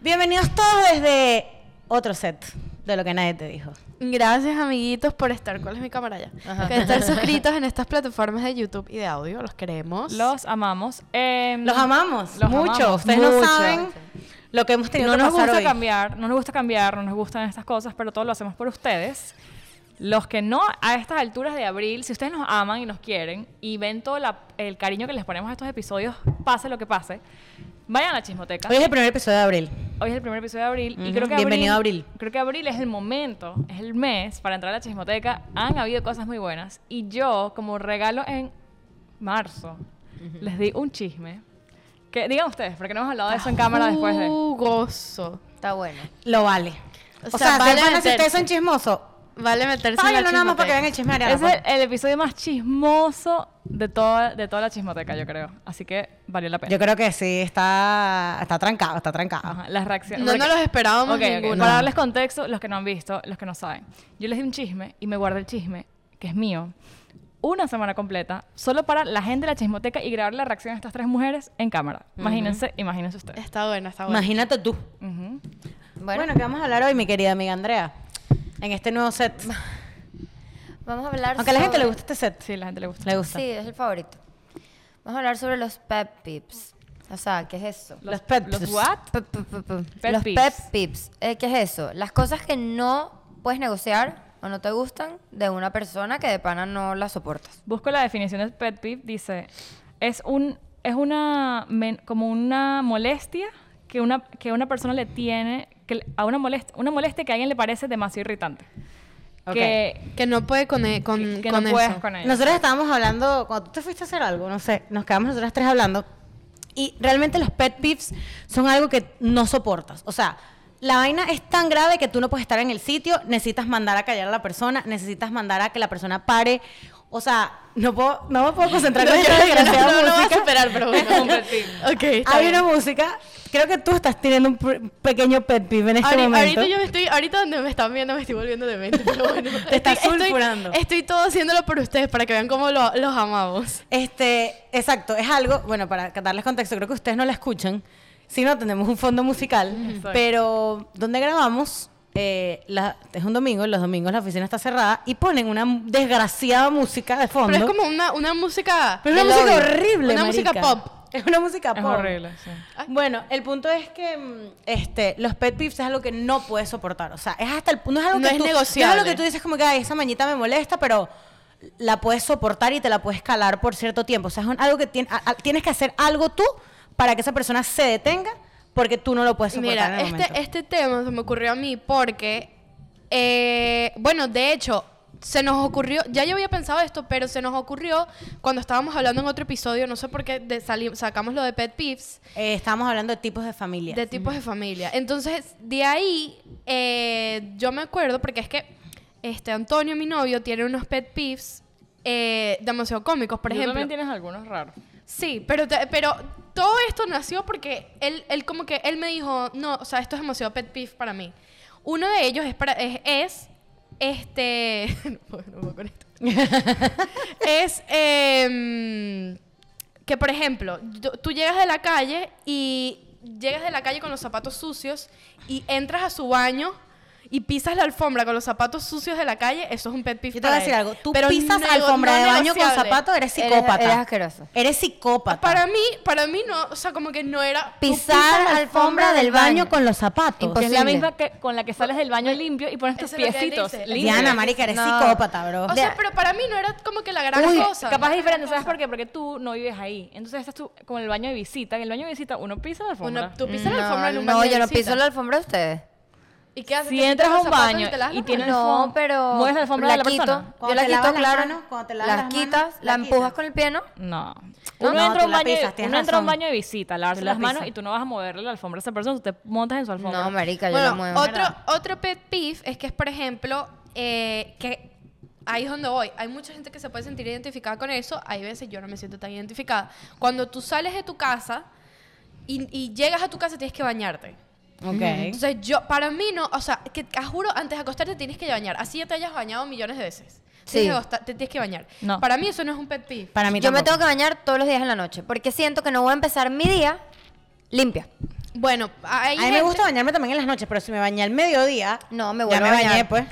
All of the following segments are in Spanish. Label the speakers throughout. Speaker 1: Bienvenidos todos desde otro set de lo que nadie te dijo.
Speaker 2: Gracias, amiguitos, por estar. ¿Cuál es mi cámara ya? Que estar suscritos en estas plataformas de YouTube y de audio. Los queremos.
Speaker 3: Los amamos. Em,
Speaker 1: Los amamos
Speaker 3: los
Speaker 1: mucho.
Speaker 3: amamos.
Speaker 1: Ustedes no
Speaker 3: Mucho.
Speaker 1: saben lo que hemos tenido
Speaker 3: No
Speaker 1: que
Speaker 3: nos
Speaker 1: pasar
Speaker 3: gusta
Speaker 1: hoy.
Speaker 3: cambiar, no nos gusta cambiar, no nos gustan estas cosas, pero todo lo hacemos por ustedes. Los que no, a estas alturas de abril, si ustedes nos aman y nos quieren y ven todo la- el cariño que les ponemos a estos episodios, pase lo que pase, vayan a la chismoteca.
Speaker 1: Hoy es el primer episodio de abril.
Speaker 3: Hoy es el primer episodio de abril y
Speaker 1: Ujú,
Speaker 3: creo que
Speaker 1: bienvenido a abril.
Speaker 3: Creo que abril es el momento, es el mes para entrar a la chismoteca. Han habido cosas muy buenas y yo como regalo en marzo les di un chisme que digan ustedes porque no hemos hablado de eso en cámara
Speaker 1: Ah,
Speaker 3: después
Speaker 1: uh,
Speaker 3: de
Speaker 2: Uh, Jugoso.
Speaker 4: Está bueno.
Speaker 1: Lo vale.
Speaker 2: O
Speaker 1: O sea,
Speaker 2: sea,
Speaker 1: de
Speaker 2: vale
Speaker 1: pana, si
Speaker 2: meterse.
Speaker 1: ustedes son chismosos,
Speaker 2: Vale meterse en la
Speaker 1: páganlo Ah, nada más para que
Speaker 2: chismoteca.
Speaker 1: vean el chisme de Ariana,
Speaker 3: es el,
Speaker 1: pues.
Speaker 3: el episodio más chismoso de toda de toda la chismoteca yo creo así que valió la pena
Speaker 1: Yo creo que sí, está, está trancado, está trancado.
Speaker 3: Ajá, las reacciones
Speaker 2: No
Speaker 3: porque-
Speaker 2: nos los esperábamos
Speaker 3: Ok, ok.
Speaker 2: ninguno.
Speaker 3: Para darles contexto, los que no han visto, los que no saben. Yo les di un chisme y me guardé el chisme, que es mío, una semana completa, solo para la gente de la chismoteca y grabar la reacción de estas tres mujeres en cámara. Imagínense, imagínense ustedes.
Speaker 2: Está bueno, está bueno.
Speaker 1: Imagínate tú.
Speaker 3: Ujú.
Speaker 4: Bueno,
Speaker 1: Bueno, ¿qué vamos a hablar hoy, mi querida amiga Andrea? En este nuevo set.
Speaker 4: vamos a hablar
Speaker 1: Aunque a la gente le
Speaker 4: sobre-
Speaker 1: gusta este set.
Speaker 3: Sí, la gente le gusta.
Speaker 1: Le gusta.
Speaker 4: Sí, es el favorito. Vamos a hablar sobre los pep pips. O sea, ¿qué es eso?
Speaker 1: Los pet
Speaker 3: ¿Los
Speaker 1: peeves.
Speaker 3: what?
Speaker 4: Pe- pe- pe- pe-
Speaker 3: Pet
Speaker 4: los
Speaker 3: peeves.
Speaker 4: pep pips. Eh, ¿Qué es eso? Las cosas que no puedes negociar o no te gustan de una persona que de pana no la soportas.
Speaker 3: Busco la definición de pet peeve, dice, es un es una men- como una molestia que una que una persona le tiene que le- a una molestia, una molestia que a alguien le parece demasiado irritante.
Speaker 1: Ok.
Speaker 3: Que
Speaker 2: Que no puede con, e- con,
Speaker 3: que, que
Speaker 2: con
Speaker 3: no
Speaker 2: eso.
Speaker 3: puedes con ella.
Speaker 1: Nosotros estábamos hablando, cuando tú te fuiste a hacer algo, no sé, nos quedamos nosotras tres hablando. Y realmente los pet peeves son algo que no soportas. O sea, la vaina es tan grave que tú no puedes estar en el sitio, necesitas mandar a callar a la persona, necesitas mandar a que la persona pare. O sea, no puedo, no me puedo concentrar
Speaker 2: No,
Speaker 1: con esta
Speaker 2: yo- no,
Speaker 1: desgraciada
Speaker 2: no, no vas a
Speaker 1: música.
Speaker 2: esperar, pero bueno.
Speaker 3: Un pet peeve.
Speaker 2: ok, está
Speaker 1: Hay
Speaker 2: bien.
Speaker 1: una música, creo que tú estás teniendo un pr- pequeño pet peeve en este
Speaker 2: Ahori-
Speaker 1: momento.
Speaker 2: Ahorita yo me estoy, ahorita donde me están viendo me estoy volviendo demente, pero bueno.
Speaker 1: Te estás
Speaker 2: Estoy- estoy-
Speaker 1: sulfurando.
Speaker 2: Estoy, todo haciéndolo por ustedes para que vean cómo lo- los amamos.
Speaker 1: Este, exacto, es algo, bueno, para darles contexto, creo que ustedes no la escuchan, si no tenemos un fondo musical, pero donde grabamos, eh, la- es un domingo, los domingos la oficina está cerrada y ponen una m- desgraciada música de fondo.
Speaker 2: Pero es como una, una música.
Speaker 1: Pero es una
Speaker 2: del
Speaker 1: música
Speaker 2: odio.
Speaker 1: horrible,
Speaker 2: Una
Speaker 1: marica.
Speaker 2: música pop.
Speaker 1: Es una música
Speaker 3: es
Speaker 1: pop.
Speaker 3: horrible, sí.
Speaker 1: Bueno, el punto es que mm, este, los pet peeves es algo que no puedes soportar. O sea, es hasta el punto. No es algo
Speaker 2: No
Speaker 1: que
Speaker 2: es
Speaker 1: tú,
Speaker 2: negociable.
Speaker 1: No es algo que tú dices como que Ay, esa mañita me molesta, pero la puedes soportar y te la puedes calar por cierto tiempo. O sea, es un- algo que tien- a- a- tienes que hacer algo tú para que esa persona se detenga porque tú no lo puedes soportar en
Speaker 2: Mira,
Speaker 1: el
Speaker 2: este,
Speaker 1: momento.
Speaker 2: este tema se me ocurrió a mí porque, eh, bueno, de hecho, se nos ocurrió, ya yo había pensado esto, pero se nos ocurrió cuando estábamos hablando en otro episodio, no sé por qué de- sali- sacamos lo de pet peeves,
Speaker 1: Eh, estábamos hablando de tipos de familia.
Speaker 2: de tipos de familia. Entonces, de ahí, eh, yo me acuerdo, porque es que este Antonio, mi novio, tiene unos pet peeves eh, demasiado cómicos, por
Speaker 3: Tú
Speaker 2: ejemplo.
Speaker 3: también tienes algunos raros.
Speaker 2: Sí, pero, te- pero todo esto nació porque él, él como que él me dijo, no, o sea, esto es demasiado pet peeve para mí. Uno de ellos es, para, es, es, este, no puedo, no puedo con esto. es em, que, por ejemplo, tú- tú llegas de la calle y llegas de la calle con los zapatos sucios y entras a su baño y pisas la alfombra con los zapatos sucios de la calle, eso es un pet peeve
Speaker 1: Yo te voy
Speaker 2: para
Speaker 1: a decir
Speaker 2: él.
Speaker 1: algo. Tú
Speaker 2: Pero
Speaker 1: pisas
Speaker 2: no-
Speaker 1: alfombra
Speaker 2: no
Speaker 1: de baño con
Speaker 2: negociable.
Speaker 1: zapatos, eres
Speaker 4: Eres-
Speaker 1: psicópata.
Speaker 4: eres asqueroso.
Speaker 1: Eres psicópata.
Speaker 2: Para mí, para mí no, o sea, como que no era tú
Speaker 4: Pis-
Speaker 1: pisar
Speaker 4: pisas
Speaker 1: alfombra, del baño con los zapatos.
Speaker 4: Imposible.
Speaker 3: Que es la misma que con la que sales del baño limpio y pones tus
Speaker 2: Eso es lo que él
Speaker 3: piecitos
Speaker 2: dice.
Speaker 3: limpios.
Speaker 1: Diana, marica, eres
Speaker 4: No.
Speaker 1: psicópata, bro.
Speaker 2: O sea, pero para mí no era como que la gran
Speaker 3: Uy,
Speaker 2: cosa.
Speaker 3: capaz
Speaker 2: la
Speaker 3: es diferente,
Speaker 2: gran
Speaker 3: ¿sabes por
Speaker 2: cosa.
Speaker 3: qué? Porque tú no vives ahí. Entonces, este es tu, como el baño de visita. En el baño de visita uno pisa la alfombra.
Speaker 2: Una- tú pisas la
Speaker 4: No,
Speaker 2: alfombra en un
Speaker 4: no,
Speaker 2: baño.
Speaker 4: yo
Speaker 2: de
Speaker 4: no
Speaker 2: visita.
Speaker 4: piso la alfombra de ustedes.
Speaker 2: ¿Y qué haces?
Speaker 3: si
Speaker 2: ¿Te quitas
Speaker 3: entras a
Speaker 2: los
Speaker 3: un
Speaker 2: zapatos
Speaker 3: baño
Speaker 2: te las
Speaker 3: y
Speaker 2: manos?
Speaker 3: tienes- el
Speaker 4: No,
Speaker 3: fon-
Speaker 4: pero.
Speaker 3: mueves la alfombra de la
Speaker 4: quito.
Speaker 3: persona.
Speaker 4: Yo
Speaker 1: Cuando
Speaker 4: la
Speaker 1: te lavas
Speaker 4: quito,
Speaker 1: las
Speaker 4: claro.
Speaker 1: manos, cuando te lavas
Speaker 4: las
Speaker 1: las manos,
Speaker 4: quitas,
Speaker 1: la
Speaker 4: la empujas
Speaker 1: quitas.
Speaker 4: con el pie, ¿no?
Speaker 3: No.
Speaker 1: No,
Speaker 3: Uno,
Speaker 1: no,
Speaker 3: entra,
Speaker 1: tú
Speaker 3: a un
Speaker 1: la
Speaker 3: baño,
Speaker 1: pisas, tienes
Speaker 3: uno entra a un
Speaker 1: razón.
Speaker 3: baño de visita, lavarse
Speaker 1: Tú la
Speaker 3: las manos
Speaker 1: pisas.
Speaker 3: y tú no vas a moverle la alfombra a esa persona. Tú te montas en su alfombra.
Speaker 4: No, marica, yo la
Speaker 2: Bueno,
Speaker 4: muevo.
Speaker 2: otro, otro pet peeve es que es, por ejemplo, eh, que ahí es donde voy. Hay mucha gente que se puede sentir identificada con eso. Hay veces yo no me siento tan identificada. Cuando tú sales de tu casa y, y llegas a tu casa tienes que bañarte.
Speaker 4: mm,
Speaker 1: Ok.
Speaker 2: Entonces, yo, para mí no, o sea, que te juro, antes de acostarte tienes que bañar. Así ya te hayas bañado millones de veces.
Speaker 4: Sí.
Speaker 2: Tienes que acostar- te tienes que bañar.
Speaker 3: No.
Speaker 2: Para mí eso no es un pet peeve.
Speaker 1: Para mí
Speaker 4: Yo me
Speaker 1: tampoco.
Speaker 4: tengo que bañar todos los días en la noche porque siento que no voy a empezar mi día limpia.
Speaker 2: Bueno, hay
Speaker 1: A mí me
Speaker 2: gente-
Speaker 1: gusta bañarme también en las noches, pero si me bañé al mediodía.
Speaker 4: No, me
Speaker 1: ya
Speaker 4: vuelvo
Speaker 1: me
Speaker 4: a bañar.
Speaker 1: bañé, pues.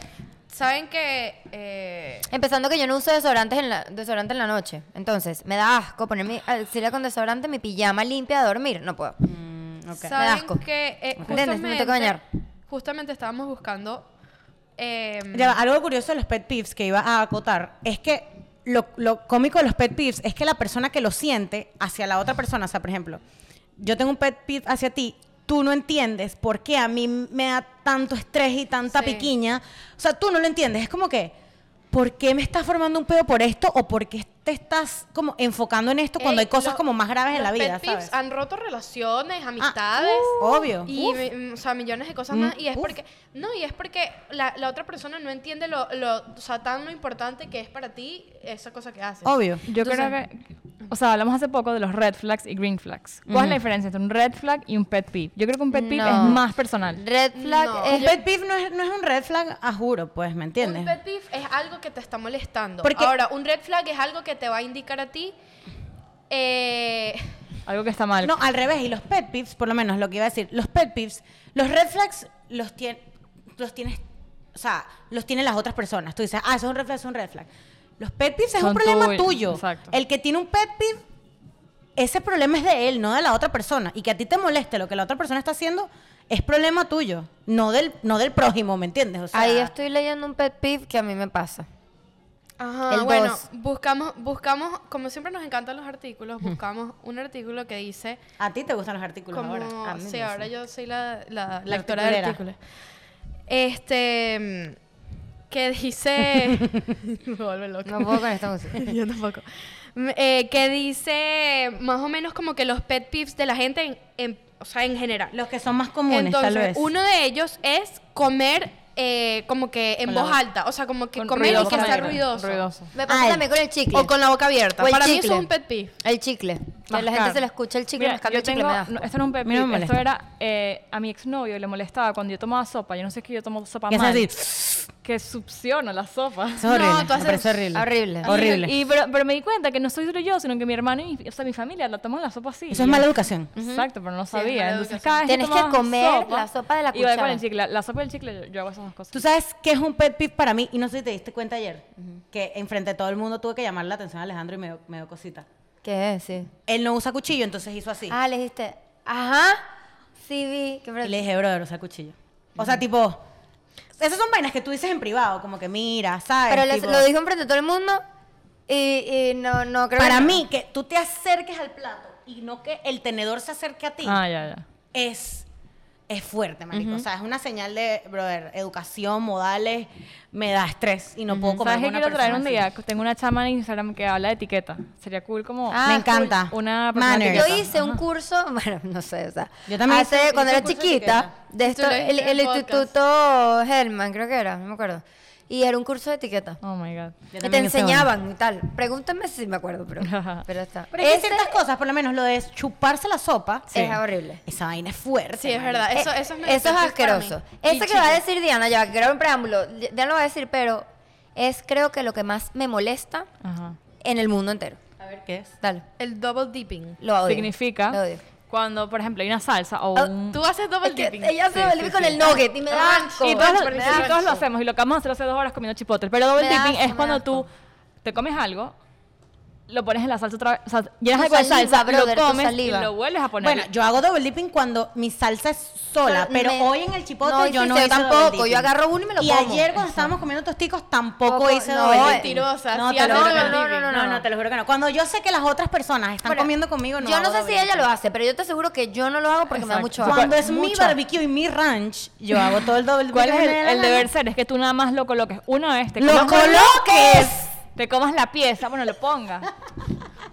Speaker 2: Saben que eh,
Speaker 4: Empezando que yo no uso desodorantes en la, desodorante en la noche. Entonces, me da asco ponerme auxilia con desodorante, mi pijama limpia a dormir. No puedo.
Speaker 1: Ok.
Speaker 4: da
Speaker 2: saben
Speaker 4: asco.
Speaker 2: que eh,
Speaker 4: Ok. Dennis, me tengo que bañar.
Speaker 2: justamente estábamos buscando eh,
Speaker 1: Ya va, algo curioso de los pet peeves que iba a acotar es que lo, lo cómico de los pet peeves es que la persona que lo siente hacia la otra persona, o sea, por ejemplo, yo tengo un pet peeve hacia ti, tú no entiendes por qué a mí me da tanto estrés y tanta
Speaker 2: Sí.
Speaker 1: piquiña, o sea, tú no lo entiendes, es como que, ¿por qué me estás formando un pedo por esto o por qué te estás como enfocando en esto cuando
Speaker 2: Ey,
Speaker 1: hay cosas
Speaker 2: lo-
Speaker 1: como más graves en la
Speaker 2: los
Speaker 1: vida,
Speaker 2: pet peeves
Speaker 1: ¿sabes?
Speaker 2: han roto relaciones, amistades.
Speaker 1: uh, obvio.
Speaker 2: Y,
Speaker 1: Uf.
Speaker 2: mi- mm, o sea, millones de cosas
Speaker 1: Mm,
Speaker 2: más. Y es
Speaker 1: uf.
Speaker 2: porque. No, y es porque la, la otra persona no entiende lo, lo. O sea, tan lo importante que es para ti esa cosa que haces.
Speaker 1: Obvio.
Speaker 3: Yo creo que. O sea, hablamos hace poco de los red flags y green flags. ¿Cuál es la diferencia entre un red flag y un pet peeve? Yo creo que un pet peeve
Speaker 4: No.
Speaker 3: es más personal.
Speaker 4: Red flag
Speaker 2: No.
Speaker 4: es
Speaker 1: Un pet peeve no es, no es un red flag, a juro, pues, ¿me entiendes?
Speaker 2: Un pet peeve es algo que te está molestando.
Speaker 1: Porque-
Speaker 2: Ahora, un red flag es algo que te va a indicar a ti. eh,
Speaker 3: Algo que está mal.
Speaker 1: No, al revés. Y los pet peeves, por lo menos lo que iba a decir, los pet peeves, los red flags los, tien- los tienes, o sea, los tienen las otras personas. Tú dices, ah, eso es un red flag, eso es un red flag. Los pet peeves es
Speaker 3: Son
Speaker 1: un problema
Speaker 3: tuyos,
Speaker 1: tuyo.
Speaker 3: exacto.
Speaker 1: El que tiene un pet peeve, ese problema es de él, no de la otra persona. Y que a ti te moleste lo que la otra persona está haciendo, es problema tuyo, no del, no del prójimo, ¿me entiendes? O sea,
Speaker 4: Ahí estoy leyendo un pet peeve que a mí me pasa.
Speaker 2: Ajá,
Speaker 4: El
Speaker 2: bueno,
Speaker 4: dos.
Speaker 2: buscamos, buscamos, como siempre nos encantan los artículos, buscamos un artículo que dice
Speaker 1: A ti te gustan los artículos
Speaker 2: como,
Speaker 1: ahora. A mí
Speaker 2: sí,
Speaker 1: no
Speaker 2: ahora Ah,
Speaker 1: sé.
Speaker 2: yo soy la, la,
Speaker 1: La
Speaker 2: la autora de
Speaker 1: articulera.
Speaker 2: artículos. Este, mm, que dice, me vuelve loca.
Speaker 4: No puedo con esta música.
Speaker 2: Yo tampoco. Mm, eh, que dice más o menos como que los pet peeves de la gente, en, en- o sea, en general.
Speaker 1: Los que son más comunes,
Speaker 2: Entonces,
Speaker 1: tal vez.
Speaker 2: uno de ellos es comer eh, como que en
Speaker 1: Con la
Speaker 2: voz
Speaker 1: boca.
Speaker 2: alta, o sea, como que
Speaker 3: Con
Speaker 2: comer y
Speaker 3: ruidoso,
Speaker 2: que sea
Speaker 3: claro,
Speaker 2: ruidoso. Ah,
Speaker 3: ruidoso.
Speaker 4: Me pasa
Speaker 1: Ay.
Speaker 4: también con el chicle.
Speaker 2: O con la boca abierta.
Speaker 4: O el
Speaker 2: Para mí eso
Speaker 4: chicle.
Speaker 2: es un pet peeve.
Speaker 4: El chicle. Que la gente
Speaker 3: Mascar.
Speaker 4: se le escucha el chicle
Speaker 3: Mira,
Speaker 4: mascando
Speaker 3: yo
Speaker 4: el chicle.
Speaker 3: tengo-
Speaker 4: me da asco.
Speaker 3: no, esto no es un pet
Speaker 1: A mí no me
Speaker 3: peeve, esto
Speaker 1: molesta.
Speaker 3: era eh, a mi exnovio le molestaba cuando yo tomaba sopa. Yo no sé que yo tomo sopa
Speaker 1: Que
Speaker 3: mal.
Speaker 1: hace así.
Speaker 3: Que succiono la sopa.
Speaker 1: Eso es horrible.
Speaker 2: No, tú
Speaker 1: me
Speaker 2: haces-
Speaker 1: parece horrible.
Speaker 4: horrible.
Speaker 1: Horrible.
Speaker 3: Y, pero, pero me di cuenta que no soy solo yo, sino que mi hermano y mi, o sea, mi familia la toman la sopa así.
Speaker 1: Eso es mala educación.
Speaker 3: Exacto, pero no
Speaker 2: es
Speaker 3: sabía.
Speaker 2: mala
Speaker 3: Entonces,
Speaker 2: educación.
Speaker 3: cada vez
Speaker 4: Tienes que
Speaker 3: tomabas
Speaker 4: comer la sopa de la
Speaker 3: Igual con
Speaker 4: cuchara.
Speaker 3: el chicle. La, la sopa y el chicle, yo, yo hago esas dos cosas.
Speaker 1: Tú sabes que es un pet peeve para mí, y no sé si te diste cuenta ayer, que enfrente de todo el mundo tuve que llamar la atención a Alejandro y me dio, me dio cosita.
Speaker 4: ¿Qué es? Sí.
Speaker 1: Él no usa cuchillo, entonces hizo así.
Speaker 4: Ah, le dijiste. Ajá. Sí, vi. Qué
Speaker 1: y le dije, brother, usa cuchillo. O sea, tipo, esas son vainas que tú dices en privado, como que mira, ¿sabes?
Speaker 4: Pero les-
Speaker 1: Tipo,
Speaker 4: lo dijo enfrente de todo el mundo y, y no, no creo
Speaker 1: Para
Speaker 4: que-
Speaker 1: mí, que tú te acerques al plato y no que el tenedor se acerque a ti,
Speaker 3: Ah, ya, ya.
Speaker 1: es, es fuerte, marico. O sea, es una señal de, brother, educación, modales, me da estrés y no puedo comer
Speaker 3: ¿Sabes qué
Speaker 1: con una
Speaker 3: quiero traer un
Speaker 1: persona
Speaker 3: día?
Speaker 1: así.
Speaker 3: Tengo una chama en Instagram que habla de etiqueta. Sería cool como...
Speaker 1: me
Speaker 4: Ah, cool.
Speaker 1: encanta.
Speaker 3: Una persona que
Speaker 1: Manners.
Speaker 4: Yo
Speaker 3: Ajá.
Speaker 4: hice un curso, bueno, no sé, o sea,
Speaker 1: Yo también
Speaker 4: hace-
Speaker 1: hice-
Speaker 4: cuando
Speaker 1: hice
Speaker 4: era
Speaker 1: un curso de
Speaker 4: chiquita,
Speaker 1: etiqueta.
Speaker 4: de
Speaker 2: Tú
Speaker 4: esto,
Speaker 2: lo dijiste
Speaker 4: el,
Speaker 2: en
Speaker 4: el
Speaker 2: el podcast.
Speaker 4: instituto Hellman, creo que era, no me acuerdo. Y era un curso de etiqueta.
Speaker 3: Oh, my God.
Speaker 1: Yo
Speaker 4: Y te
Speaker 1: también hice uno.
Speaker 4: enseñaban y tal. Pregúntame si me acuerdo, pero, pero está.
Speaker 1: Pero es que hay
Speaker 4: Ese
Speaker 1: ciertas cosas, por lo menos lo de chuparse la sopa,
Speaker 4: Este
Speaker 1: eh,
Speaker 4: es horrible.
Speaker 1: esa vaina es fuerte.
Speaker 2: Sí, es
Speaker 1: marico.
Speaker 2: verdad. Eso,
Speaker 4: Eh,
Speaker 2: eso es, medio
Speaker 4: eso es
Speaker 2: pet peeve para
Speaker 4: asqueroso.
Speaker 2: mí. Y
Speaker 4: Eso que va a
Speaker 2: chicle.
Speaker 4: decir Diana, ya que era un preámbulo, Di- Diana lo va a decir, pero es creo que lo que más me molesta
Speaker 3: Ajá.
Speaker 4: en el mundo entero.
Speaker 1: A ver qué es.
Speaker 4: Dale,
Speaker 2: El double dipping.
Speaker 4: lo odio.
Speaker 3: Significa
Speaker 4: Lo odio.
Speaker 3: cuando, por ejemplo, hay una salsa o
Speaker 4: Ah,
Speaker 3: un...
Speaker 2: Tú haces double
Speaker 4: Es que
Speaker 2: dipping. Ah,
Speaker 4: ella se
Speaker 3: Sí,
Speaker 4: vuelve
Speaker 3: sí,
Speaker 4: con
Speaker 3: sí.
Speaker 4: el nugget y me da
Speaker 2: Ranch.
Speaker 4: asco.
Speaker 3: Y todos, lo,
Speaker 2: Pero
Speaker 3: sí,
Speaker 2: me da
Speaker 3: todos lo
Speaker 2: asco.
Speaker 3: hacemos y lo acabamos de hacer hace dos horas comiendo chipotle. Pero double
Speaker 4: Me da
Speaker 3: dipping
Speaker 4: asco,
Speaker 3: es
Speaker 4: me
Speaker 3: cuando
Speaker 4: da
Speaker 3: tú
Speaker 4: asco.
Speaker 3: te comes algo, lo pones en la salsa otra vez, o sea, llenas
Speaker 4: Tu
Speaker 3: algo de
Speaker 4: saliva,
Speaker 3: salsa,
Speaker 4: brother, tu
Speaker 3: lo comes y
Speaker 4: saliva.
Speaker 3: lo vuelves a poner.
Speaker 1: Bueno, yo hago double dipping cuando mi salsa es sola, pero,
Speaker 4: me-
Speaker 1: hoy en el chipote
Speaker 4: No
Speaker 1: yo
Speaker 4: hice-
Speaker 1: no
Speaker 4: yo
Speaker 1: hice double
Speaker 4: tampoco,
Speaker 1: dipping.
Speaker 4: yo agarro uno y me lo
Speaker 1: Y
Speaker 4: como.
Speaker 1: ayer cuando estábamos comiendo tosticos tampoco
Speaker 4: Poco-
Speaker 1: hice
Speaker 4: no,
Speaker 1: double
Speaker 4: es
Speaker 1: dipping.
Speaker 2: mentirosa,
Speaker 1: No,
Speaker 2: sí
Speaker 1: te lo
Speaker 2: hace
Speaker 1: juro que
Speaker 2: double
Speaker 1: no.
Speaker 2: dipping.
Speaker 1: No, no, no, te lo juro que no. Cuando yo sé que las otras personas están
Speaker 4: Bueno,
Speaker 1: comiendo conmigo, no
Speaker 4: Yo no
Speaker 1: hago
Speaker 4: sé si
Speaker 1: double
Speaker 4: ella
Speaker 1: dipping.
Speaker 4: lo hace, pero yo te aseguro que yo no lo hago porque me da
Speaker 3: Exacto.
Speaker 4: mucho asco.
Speaker 1: Cuando es mi
Speaker 4: Mucho.
Speaker 1: barbecue y mi ranch, yo hago todo el double
Speaker 3: ¿Cuál es
Speaker 1: dipping.
Speaker 3: el,
Speaker 1: que me dé la
Speaker 3: el
Speaker 1: gana.
Speaker 3: deber ser? Es que tú nada más lo coloques este, una vez, te,
Speaker 1: ¡Lo
Speaker 3: comas,
Speaker 1: coloques!
Speaker 3: te comas la pieza, bueno, lo pongas.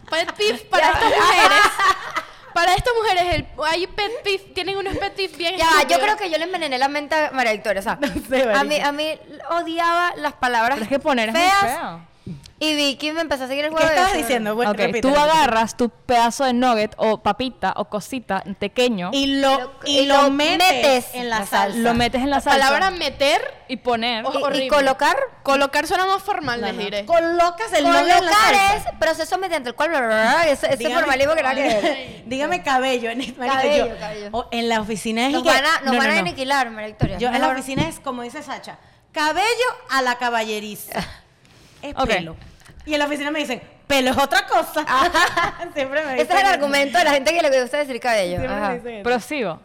Speaker 2: Pet peeve para estas mujeres. Para estas mujeres, el, hay pet peeve, tienen unos pet peeve bien
Speaker 4: Ya, va, yo
Speaker 2: estúpidos.
Speaker 4: creo que yo le envenené la mente a María Victoria, o sea,
Speaker 1: Sí,
Speaker 4: a
Speaker 1: marica.
Speaker 4: mí, a mí odiaba las palabras
Speaker 3: Pero es que poner es muy
Speaker 4: feas
Speaker 3: feo.
Speaker 4: y Y Vicky me empezó a seguir el
Speaker 1: ¿Qué
Speaker 4: juego. y yo
Speaker 1: estabas
Speaker 4: solo-
Speaker 1: diciendo? Bueno,
Speaker 3: Ok,
Speaker 1: repite,
Speaker 3: tú
Speaker 1: repite.
Speaker 3: agarras tu pedazo de nugget o papita o cosita pequeño y
Speaker 1: Y lo,
Speaker 4: Lo-
Speaker 1: y
Speaker 4: y
Speaker 1: lo
Speaker 4: lo
Speaker 1: metes,
Speaker 4: metes
Speaker 1: en la
Speaker 4: la
Speaker 1: salsa.
Speaker 4: salsa.
Speaker 3: lo metes en la salsa
Speaker 2: palabra meter,
Speaker 3: y poner.
Speaker 2: Ojo.
Speaker 4: Y,
Speaker 2: Horrible.
Speaker 4: y colocar.
Speaker 2: colocar suena más formal, les diré.
Speaker 1: Colocas el nombre en la
Speaker 4: Colocar
Speaker 1: salsa.
Speaker 4: es proceso mediante el cual. bla, bla, bla, ese ese formalismo que nada que ver.
Speaker 1: Dígame cabello. En, marica,
Speaker 4: Cabello,
Speaker 1: yo-
Speaker 4: cabello.
Speaker 1: o en la oficina es
Speaker 4: Nos
Speaker 1: y que-
Speaker 4: van a, nos
Speaker 1: no,
Speaker 4: van
Speaker 1: no,
Speaker 4: a
Speaker 1: no.
Speaker 4: aniquilar, María Victoria.
Speaker 1: Yo en la
Speaker 4: Mejor-
Speaker 1: oficina es, como dice Sacha, cabello a la caballeriza. Es
Speaker 3: Ok.
Speaker 1: pelo. Y en la oficina me dicen, pelo es otra cosa. Siempre me dicen.
Speaker 4: Ese es el
Speaker 1: eso.
Speaker 4: argumento de la gente que le gusta decir cabello.
Speaker 1: Siempre
Speaker 4: Ajá.
Speaker 1: me dicen eso.
Speaker 3: Prosigo.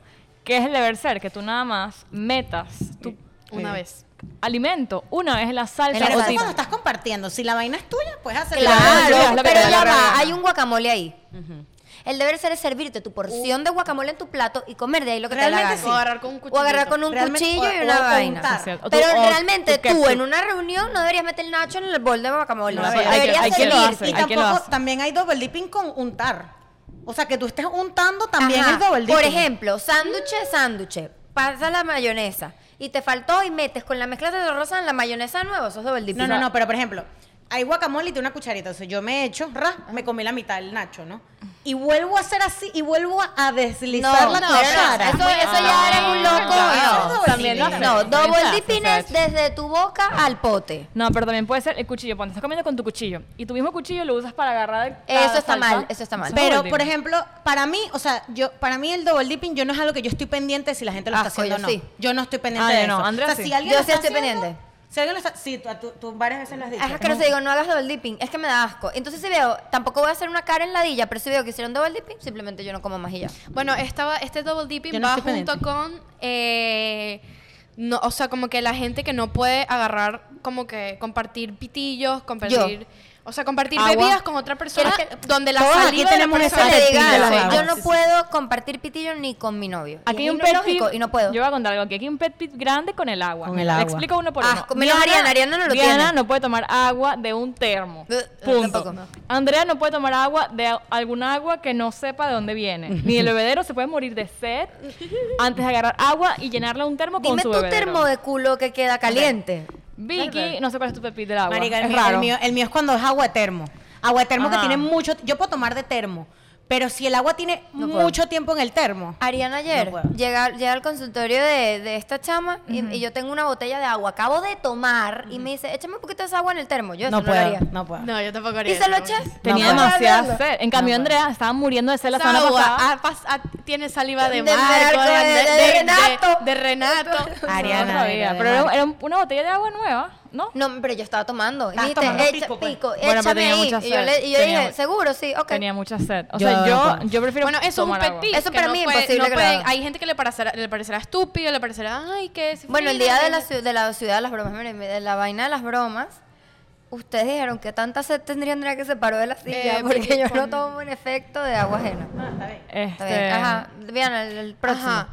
Speaker 3: Que es el deber ser, que tú nada más metas tu
Speaker 2: Una vez.
Speaker 3: alimento una vez en la salsa
Speaker 4: En la
Speaker 1: Pero eso
Speaker 3: o
Speaker 4: salsa.
Speaker 3: ti-
Speaker 1: cuando estás compartiendo, si la vaina es tuya, puedes hacerlo.
Speaker 3: Claro,
Speaker 4: Claro,
Speaker 3: es lo que te
Speaker 4: pero
Speaker 3: da la
Speaker 4: ya va,
Speaker 3: gana.
Speaker 4: hay un guacamole ahí. El deber ser es servirte tu porción de guacamole en tu plato y comer de ahí lo que
Speaker 1: Realmente
Speaker 4: te
Speaker 1: sí.
Speaker 4: da
Speaker 2: O
Speaker 4: la gana.
Speaker 2: agarrar con un
Speaker 4: O
Speaker 2: cuchillo.
Speaker 4: agarrar con un
Speaker 1: Realmente,
Speaker 4: cuchillo
Speaker 1: o-
Speaker 4: y
Speaker 1: o-
Speaker 4: una
Speaker 1: o
Speaker 4: vaina.
Speaker 1: untar.
Speaker 3: Sí, o tú-
Speaker 4: Pero
Speaker 3: o
Speaker 4: realmente
Speaker 3: tu
Speaker 4: tú
Speaker 3: ketchup.
Speaker 4: en una reunión no deberías meter el nacho en el bol de guacamole.
Speaker 3: No,
Speaker 4: No,
Speaker 3: pero hay que-
Speaker 4: deberías
Speaker 3: hay que lo
Speaker 4: servir.
Speaker 3: hace.
Speaker 1: Y
Speaker 3: Hay quien lo
Speaker 1: tampoco,
Speaker 3: hace.
Speaker 1: también hay double dipping con untar. O sea, que tú estés untando también
Speaker 4: Ajá.
Speaker 1: es double dipping.
Speaker 4: Por ejemplo, sándwich, sándwich. Pasa la mayonesa y te faltó y metes con la mezcla de rosa en la mayonesa de nuevo. Eso es doble
Speaker 1: No,
Speaker 4: dipping.
Speaker 1: no, no, pero por ejemplo, hay guacamole y tiene una cucharita. O sea, yo me echo, ra, me comí la mitad del nacho, ¿no? Y vuelvo a hacer así y vuelvo a deslizar
Speaker 4: No,
Speaker 1: la
Speaker 4: no,
Speaker 1: cuchara.
Speaker 4: eso, eso ya eres un loco.
Speaker 1: Claro,
Speaker 4: No,
Speaker 1: eso es También lo
Speaker 4: no,
Speaker 1: doble
Speaker 3: hacemos, también se
Speaker 4: double
Speaker 3: hace,
Speaker 4: dipping
Speaker 3: se ha
Speaker 4: es desde tu boca al pote.
Speaker 3: No, pero también puede ser el cuchillo. Cuando estás comiendo con tu cuchillo y tu mismo cuchillo lo usas para agarrar. cada
Speaker 4: Eso está
Speaker 3: salsa,
Speaker 4: mal, eso está mal.
Speaker 3: es
Speaker 1: Pero,
Speaker 3: horrible.
Speaker 1: por ejemplo, para mí, o sea, yo, para mí el double dipping yo no es algo que yo estoy pendiente de si la gente lo está
Speaker 4: Asco,
Speaker 1: haciendo o
Speaker 4: yo
Speaker 1: no.
Speaker 4: sí.
Speaker 1: Yo no estoy pendiente
Speaker 3: Ah,
Speaker 1: de
Speaker 3: yo no,
Speaker 1: eso.
Speaker 3: Andrea
Speaker 1: o sea,
Speaker 3: sí.
Speaker 1: si alguien
Speaker 4: Yo
Speaker 1: lo
Speaker 4: sí
Speaker 1: está
Speaker 4: estoy
Speaker 1: haciendo,
Speaker 4: pendiente.
Speaker 1: Si alguien lo está, sí, tú, tú- tú varias veces lo has dicho.
Speaker 4: Es que no se digo, no hagas double dipping. Es que me da asco. Entonces, si veo, tampoco voy a hacer una cara en ladilla, pero si veo que hicieron double dipping, simplemente yo no como más y ya.
Speaker 2: Bueno, estaba, este double dipping
Speaker 1: Yo no
Speaker 2: va
Speaker 1: estoy
Speaker 2: junto
Speaker 1: pendiente.
Speaker 2: con. eh, no, o sea, como que la gente que no puede agarrar, como que compartir pitillos, compartir. O sea, compartir
Speaker 3: Agua.
Speaker 2: bebidas con otra persona.
Speaker 4: ¿Quieres que-
Speaker 2: donde la
Speaker 1: Todos
Speaker 2: saliva
Speaker 1: aquí
Speaker 2: de la
Speaker 1: tenemos ese
Speaker 4: Que
Speaker 2: persona-
Speaker 4: le
Speaker 1: pitillo,
Speaker 4: diga a la
Speaker 1: sí,
Speaker 4: gente,
Speaker 1: sí,
Speaker 4: yo no
Speaker 1: sí.
Speaker 4: puedo compartir pitillo ni con mi novio.
Speaker 3: Aquí
Speaker 4: Y
Speaker 3: hay
Speaker 4: es
Speaker 3: un pet
Speaker 4: ilógico
Speaker 3: peeve-
Speaker 4: y no puedo.
Speaker 3: Yo voy a contar algo. Aquí hay un pet peeve grande con el agua.
Speaker 1: Con el
Speaker 3: Le
Speaker 1: agua.
Speaker 3: explico uno por
Speaker 4: Ah,
Speaker 3: uno.
Speaker 4: menos Ariana, Ariana no lo
Speaker 3: Diana
Speaker 4: tiene.
Speaker 3: no puede tomar agua de un termo.
Speaker 4: Eh,
Speaker 3: Punto.
Speaker 4: tampoco.
Speaker 3: Andrea no puede tomar agua de a- alguna agua que no sepa de dónde viene. Ni el bebedero se puede morir de sed antes de agarrar agua y llenarla un termo con
Speaker 4: Dime
Speaker 3: su
Speaker 4: tu
Speaker 3: bebedero.
Speaker 4: termo de culo que queda caliente.
Speaker 3: Vicky, no sé cuál es tu pet peeve del agua.
Speaker 1: Marica,
Speaker 3: es
Speaker 1: el, mío,
Speaker 3: raro.
Speaker 1: el mío- el mío es cuando es agua de termo. Agua de termo
Speaker 3: Ajá.
Speaker 1: que tiene mucho. Yo puedo tomar de termo, pero si el agua tiene
Speaker 4: No puedo.
Speaker 1: mucho tiempo en el termo.
Speaker 4: Ariana ayer
Speaker 1: No puedo.
Speaker 4: llega, llega al consultorio de, de esta chama y- y, yo tengo una botella de agua. Acabo de tomar y me dice, échame un poquito de esa agua en el termo. Yo eso
Speaker 1: No
Speaker 4: no, lo
Speaker 1: puedo,
Speaker 4: haría.
Speaker 1: no puedo.
Speaker 2: No, yo tampoco haría
Speaker 4: ¿Y se lo
Speaker 2: eso.
Speaker 4: echas?
Speaker 3: Tenía
Speaker 1: No puedo.
Speaker 3: demasiada sed. En cambio, Andrea estaba muriendo de sed la
Speaker 2: Esa
Speaker 3: semana
Speaker 2: agua
Speaker 3: pasada.
Speaker 2: ha ah, pas- ha- tiene saliva de,
Speaker 4: De
Speaker 2: Marco,
Speaker 4: Marco,
Speaker 2: de,
Speaker 4: de- de Renato.
Speaker 2: de Renato.
Speaker 1: Ariana.
Speaker 3: No sabía,
Speaker 1: de
Speaker 3: pero era,
Speaker 1: verdad.
Speaker 3: era un- una botella de agua nueva, ¿no?
Speaker 4: No, pero yo estaba tomando. Y me
Speaker 1: Estabas
Speaker 4: dijiste,
Speaker 1: tomando
Speaker 4: echa
Speaker 1: pico,
Speaker 4: pico,
Speaker 1: pues".
Speaker 3: pero
Speaker 4: échame
Speaker 3: tenía
Speaker 4: ahí.
Speaker 3: mucha
Speaker 4: Y yo,
Speaker 3: sed.
Speaker 4: le- y yo
Speaker 3: Tenía
Speaker 4: dije,
Speaker 3: mu-
Speaker 4: seguro, sí, ok.
Speaker 3: Tenía mucha sed. O
Speaker 1: Yo
Speaker 3: sea,
Speaker 1: no
Speaker 3: yo,
Speaker 1: puedo.
Speaker 3: yo prefiero
Speaker 2: Bueno, eso es un
Speaker 3: tomar
Speaker 2: pet
Speaker 3: agua.
Speaker 2: peeve
Speaker 4: Eso
Speaker 2: que
Speaker 4: para
Speaker 2: no
Speaker 4: mí es
Speaker 2: puede-
Speaker 4: imposible
Speaker 2: no pueden-
Speaker 4: crear.
Speaker 2: hay gente que le, parecerá, le parecerá estúpido, le parecerá, ay, que es
Speaker 4: Bueno, el día de la, ciu- de la ciudad de las bromas, miren, de la vaina de las bromas, ustedes dijeron que tanta sed tendría Andrea que se paró de la silla
Speaker 2: Eh,
Speaker 4: porque yo no
Speaker 2: con-
Speaker 4: tomo un efecto de agua ajena.
Speaker 1: Ah, está bien.
Speaker 4: Está
Speaker 3: Este,
Speaker 4: bien, Ajá, bien, el, el próximo.
Speaker 2: Ajá.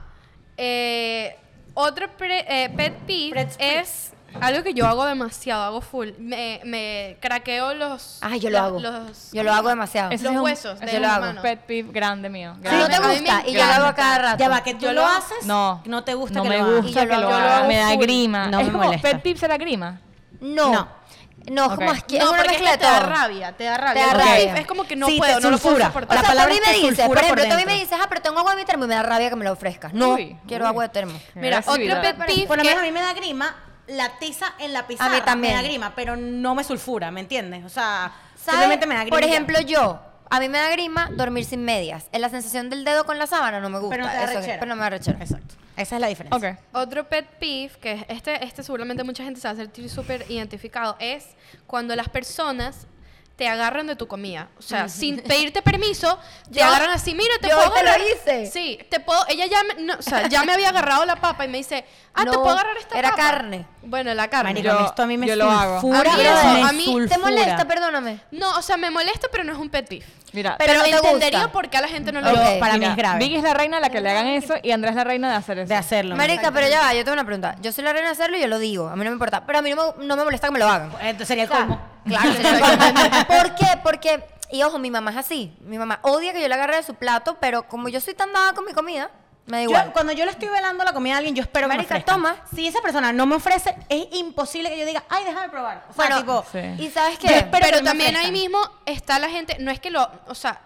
Speaker 2: Eh, otro pre- eh, pet peeve
Speaker 1: Pret-
Speaker 2: es algo que yo hago demasiado, hago full. Me, me craqueo los.
Speaker 4: Ay, Ah, yo lo
Speaker 2: la-
Speaker 4: hago.
Speaker 2: los-
Speaker 4: yo lo hago demasiado.
Speaker 3: ese
Speaker 2: los
Speaker 3: es un-
Speaker 2: huesos de
Speaker 3: ese es
Speaker 2: las
Speaker 3: un
Speaker 2: manos.
Speaker 3: pet peeve grande mío.
Speaker 4: Si no
Speaker 3: grande.
Speaker 4: te
Speaker 2: a mí me
Speaker 4: gusta, y yo lo hago
Speaker 2: encanta.
Speaker 4: cada rato.
Speaker 1: Ya va, que tú
Speaker 2: Yo
Speaker 1: lo,
Speaker 2: lo-
Speaker 1: haces.
Speaker 3: No,
Speaker 1: No te gusta
Speaker 3: no
Speaker 1: que
Speaker 3: me
Speaker 1: lo hagas.
Speaker 3: gusta
Speaker 4: Y yo
Speaker 3: que
Speaker 4: lo
Speaker 3: lo
Speaker 4: hago
Speaker 3: haga.
Speaker 4: full.
Speaker 3: Me da grima.
Speaker 1: No
Speaker 3: es
Speaker 1: me
Speaker 3: como
Speaker 1: molesta.
Speaker 3: pet peeve será grima.
Speaker 4: No.
Speaker 1: No.
Speaker 4: No, es como
Speaker 3: Ok.
Speaker 4: asqui- es
Speaker 2: No,
Speaker 4: una
Speaker 2: porque es
Speaker 4: mezcla
Speaker 2: que
Speaker 4: de
Speaker 2: te da
Speaker 4: todo.
Speaker 2: rabia, te da rabia.
Speaker 4: da
Speaker 2: El
Speaker 4: rabia.
Speaker 2: pet peeve Es como que no
Speaker 1: Sí, te
Speaker 2: puedo, no lo puedo
Speaker 1: sulfura.
Speaker 4: O
Speaker 2: soportar.
Speaker 1: La
Speaker 4: sea, tú a
Speaker 1: palabra
Speaker 4: mí
Speaker 1: te
Speaker 4: me dices,
Speaker 1: sulfura
Speaker 4: por ejemplo,
Speaker 1: por
Speaker 4: tú a mí me
Speaker 1: dentro.
Speaker 4: dices, ah, pero tengo agua de mi termo y me da rabia que me la ofrezcas. No,
Speaker 3: Uy,
Speaker 4: quiero
Speaker 3: uy.
Speaker 4: agua de termo.
Speaker 2: Mira, otro
Speaker 3: Agresividad.
Speaker 2: pet peeve.
Speaker 1: Por lo menos
Speaker 2: que-
Speaker 1: a mí me da grima la tiza en la pizarra.
Speaker 4: también.
Speaker 1: Me da grima, pero no me sulfura, ¿me entiendes? O sea,
Speaker 4: ¿Sabes?
Speaker 1: simplemente me da grima.
Speaker 4: Por ejemplo, yo, a mí me da grima dormir sin medias. Eh, La sensación del dedo con la sábana no me gusta.
Speaker 1: pero no te da
Speaker 4: Eso que-
Speaker 1: rechera.
Speaker 4: pero no me da rechera.
Speaker 1: Exacto. Esa es la diferencia.
Speaker 3: Ok.
Speaker 2: Otro pet peeve, que es- este, este seguramente mucha gente se va a sentir súper identificado, es cuando las personas te agarran de tu comida. O sea, sin pedirte permiso, te
Speaker 4: Yo-
Speaker 2: agarran así, mira, te
Speaker 4: yo
Speaker 2: puedo
Speaker 4: te lo
Speaker 2: agarrar.
Speaker 4: hice.
Speaker 2: Sí, te puedo, ella ya me, no, o sea, ya me había agarrado la papa y me dice, ah, te
Speaker 4: No,
Speaker 2: puedo agarrar esta
Speaker 4: era
Speaker 2: papa.
Speaker 4: carne.
Speaker 2: Bueno, la carne.
Speaker 1: Marico,
Speaker 3: Yo-
Speaker 1: esto a mí me
Speaker 3: yo lo hago.
Speaker 1: sulfura.
Speaker 2: A mí eso,
Speaker 1: me
Speaker 2: a mí te
Speaker 1: sulfura.
Speaker 4: ¿Te molesta? Perdóname.
Speaker 2: No, o sea, me molesta, pero no es un pet peeve.
Speaker 3: Mira,
Speaker 4: Pero
Speaker 2: Pero,
Speaker 4: no te gusta.
Speaker 2: entendería por qué a la gente no lo
Speaker 4: Ok.
Speaker 2: gusta.
Speaker 1: Para mí
Speaker 3: mira,
Speaker 1: es grave.
Speaker 3: Vicky es la reina de la que le hagan eso y Andrea es la reina de hacer eso.
Speaker 1: de hacerlo.
Speaker 4: Marica, pero ya va, yo tengo una pregunta. Yo soy la reina de hacerlo y yo lo digo. A mí no me importa. Pero a mí no me, no me molesta que me lo hagan.
Speaker 1: Entonces sería el colmo.
Speaker 4: Claro, sería como- ¿Por qué? Porque, y ojo, mi mamá es así. Mi mamá odia que yo le agarre de su plato, pero como yo soy tan dada con mi comida, Me da
Speaker 1: Yo,
Speaker 4: igual.
Speaker 1: cuando yo le estoy velando la comida a alguien, yo espero que me
Speaker 4: Marica,
Speaker 1: ofrezca.
Speaker 4: toma.
Speaker 1: Si esa persona no me ofrece, es imposible que yo diga, ay, déjame probar. O sea,
Speaker 4: Bueno,
Speaker 1: tipo,
Speaker 3: Sí.
Speaker 4: Y sabes
Speaker 1: Yo
Speaker 4: que
Speaker 1: espero-
Speaker 2: Pero,
Speaker 1: que no me
Speaker 2: también ahí
Speaker 1: ofrezcan.
Speaker 2: mismo está la gente, no es que lo, o sea,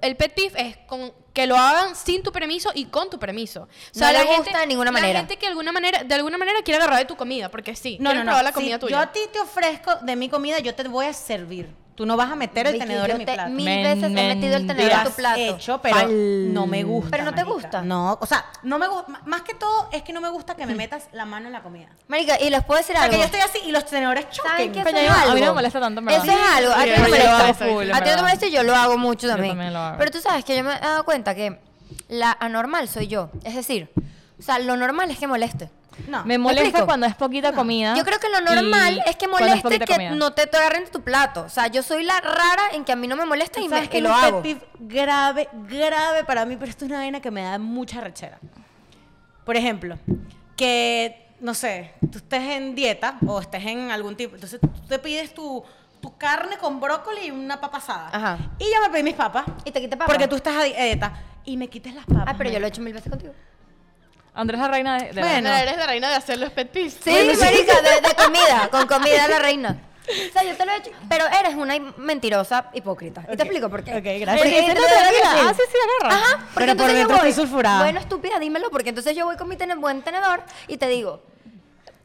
Speaker 2: el pet peeve es con que lo hagan sin tu permiso y con tu permiso. O sea, la
Speaker 4: No le gusta
Speaker 2: gente,
Speaker 4: de ninguna manera.
Speaker 2: La gente que de alguna manera, de alguna manera quiere agarrar de tu comida, porque sí,
Speaker 1: no, no,
Speaker 2: quiere
Speaker 1: no.
Speaker 2: probar la
Speaker 1: Si
Speaker 2: comida
Speaker 1: yo
Speaker 2: tuya.
Speaker 1: a ti te ofrezco de mi comida, yo te voy a servir. Tú no vas a meter el
Speaker 4: Vicky,
Speaker 1: tenedor
Speaker 4: yo
Speaker 1: en mi
Speaker 4: te-
Speaker 1: plato.
Speaker 4: Mil
Speaker 3: Men-
Speaker 4: veces he metido el tenedor en
Speaker 1: Lo
Speaker 4: tu
Speaker 1: has
Speaker 4: plato.
Speaker 1: hecho, pero
Speaker 3: Fal-
Speaker 1: no me gusta.
Speaker 4: Pero no te
Speaker 1: marica.
Speaker 4: gusta.
Speaker 1: No, o sea, no me gusta. Más que todo es que no me gusta que me metas la mano en la comida.
Speaker 4: Marica, y les puedo decir algo.
Speaker 1: Porque yo estoy así y los tenedores choquen.
Speaker 4: ¿Saben qué? Eso
Speaker 3: Coño,
Speaker 4: es
Speaker 3: a mí no me
Speaker 4: algo.
Speaker 3: molesta tanto, en
Speaker 4: Eso
Speaker 3: verdad.
Speaker 4: es algo. A ti
Speaker 2: Sí,
Speaker 4: no te
Speaker 2: yo lo hago
Speaker 4: molesta.
Speaker 2: full,
Speaker 3: en
Speaker 4: A ti no te
Speaker 3: verdad.
Speaker 4: molesta y yo lo hago mucho
Speaker 3: Yo
Speaker 4: también.
Speaker 3: también lo hago.
Speaker 4: Pero tú sabes que yo me he dado cuenta que la anormal soy yo. Es decir, o sea, lo normal es que moleste.
Speaker 1: No.
Speaker 3: Me
Speaker 4: Ah, ¿Me
Speaker 3: molesta
Speaker 4: explico?
Speaker 3: cuando es poquita comida.
Speaker 4: Yo creo que lo
Speaker 3: y
Speaker 4: normal es que
Speaker 3: cuando
Speaker 4: moleste
Speaker 3: poquita
Speaker 4: que
Speaker 3: comida.
Speaker 4: no te agarren de tu plato. O sea, yo soy la rara en que a mí no me molesta y, me-
Speaker 1: ¿Sabes
Speaker 4: y
Speaker 1: que
Speaker 4: lo
Speaker 1: es un
Speaker 4: hago.
Speaker 1: pet peeve grave, grave para mí, pero esto es una vaina que me da mucha rechera. Por ejemplo, que, no sé, tú estés en dieta o estés en algún tipo, entonces tú te pides tu, tu carne con brócoli y una papa asada.
Speaker 4: Ajá.
Speaker 1: Y yo me pedí mis papas.
Speaker 4: Y te quita papa.
Speaker 1: Porque tú estás a dieta. Y me quites las papas.
Speaker 4: Ah, pero yo lo
Speaker 1: marica.
Speaker 4: he hecho mil veces contigo.
Speaker 3: Andrés la reina de, de la-
Speaker 1: Bueno.
Speaker 2: No, eres la reina de hacer los pet peeves.
Speaker 4: Sí, marica, de, de comida, con comida la reina. O sea, yo te lo he hecho, pero eres una im- mentirosa hipócrita. Y te explico por qué.
Speaker 1: ok, gracias.
Speaker 4: Porque
Speaker 3: Porque
Speaker 4: te
Speaker 3: siéntate
Speaker 4: lo
Speaker 3: tranquila.
Speaker 4: voy a
Speaker 3: Ah, sí, sí, agarra.
Speaker 4: Ajá, porque
Speaker 1: Pero por
Speaker 4: entonces yo
Speaker 1: dentro
Speaker 4: voy,
Speaker 1: estoy sulfurada.
Speaker 4: Bueno, estúpida, dímelo, porque entonces yo voy con mi tene- buen tenedor y te digo...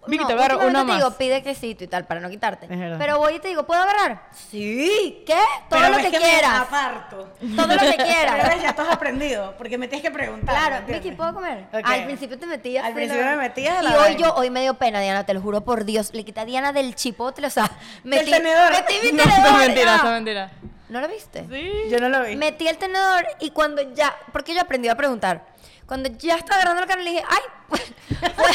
Speaker 3: Vicky, te agarro
Speaker 4: últimamente
Speaker 3: uno
Speaker 4: te digo,
Speaker 3: más.
Speaker 4: pide quesito y tal, para no quitarte.
Speaker 1: Es verdad.
Speaker 4: Pero voy y te digo, ¿puedo agarrar? Sí, ¿qué? Todo
Speaker 1: Pero
Speaker 4: lo
Speaker 1: ves
Speaker 4: que,
Speaker 1: que me
Speaker 4: quieras.
Speaker 1: aparto.
Speaker 4: Todo lo que
Speaker 1: Pero ves,
Speaker 4: quieras.
Speaker 1: ya estás aprendido, porque me tienes que preguntar.
Speaker 4: Claro,
Speaker 1: ¿entiendes?
Speaker 4: Vicky, ¿puedo comer?
Speaker 1: Ok.
Speaker 4: Al principio te metías.
Speaker 1: Al
Speaker 4: sí,
Speaker 1: principio
Speaker 4: la-
Speaker 1: me metías,
Speaker 4: Y
Speaker 1: la
Speaker 4: hoy
Speaker 1: vaina.
Speaker 4: yo, hoy me dio pena, Diana, te lo juro por Dios. Le quité a Diana del chipotle, o sea,
Speaker 1: Del
Speaker 4: metí,
Speaker 1: tenedor.
Speaker 4: metí mi
Speaker 3: No,
Speaker 4: tenedor.
Speaker 3: esto es mentira,
Speaker 4: ah.
Speaker 3: esto es mentira.
Speaker 4: ¿No lo viste?
Speaker 1: Yo no lo vi.
Speaker 4: Metí el tenedor y cuando ya, porque yo aprendí a preguntar. Cuando ya estaba agarrando la carne, le dije, ay,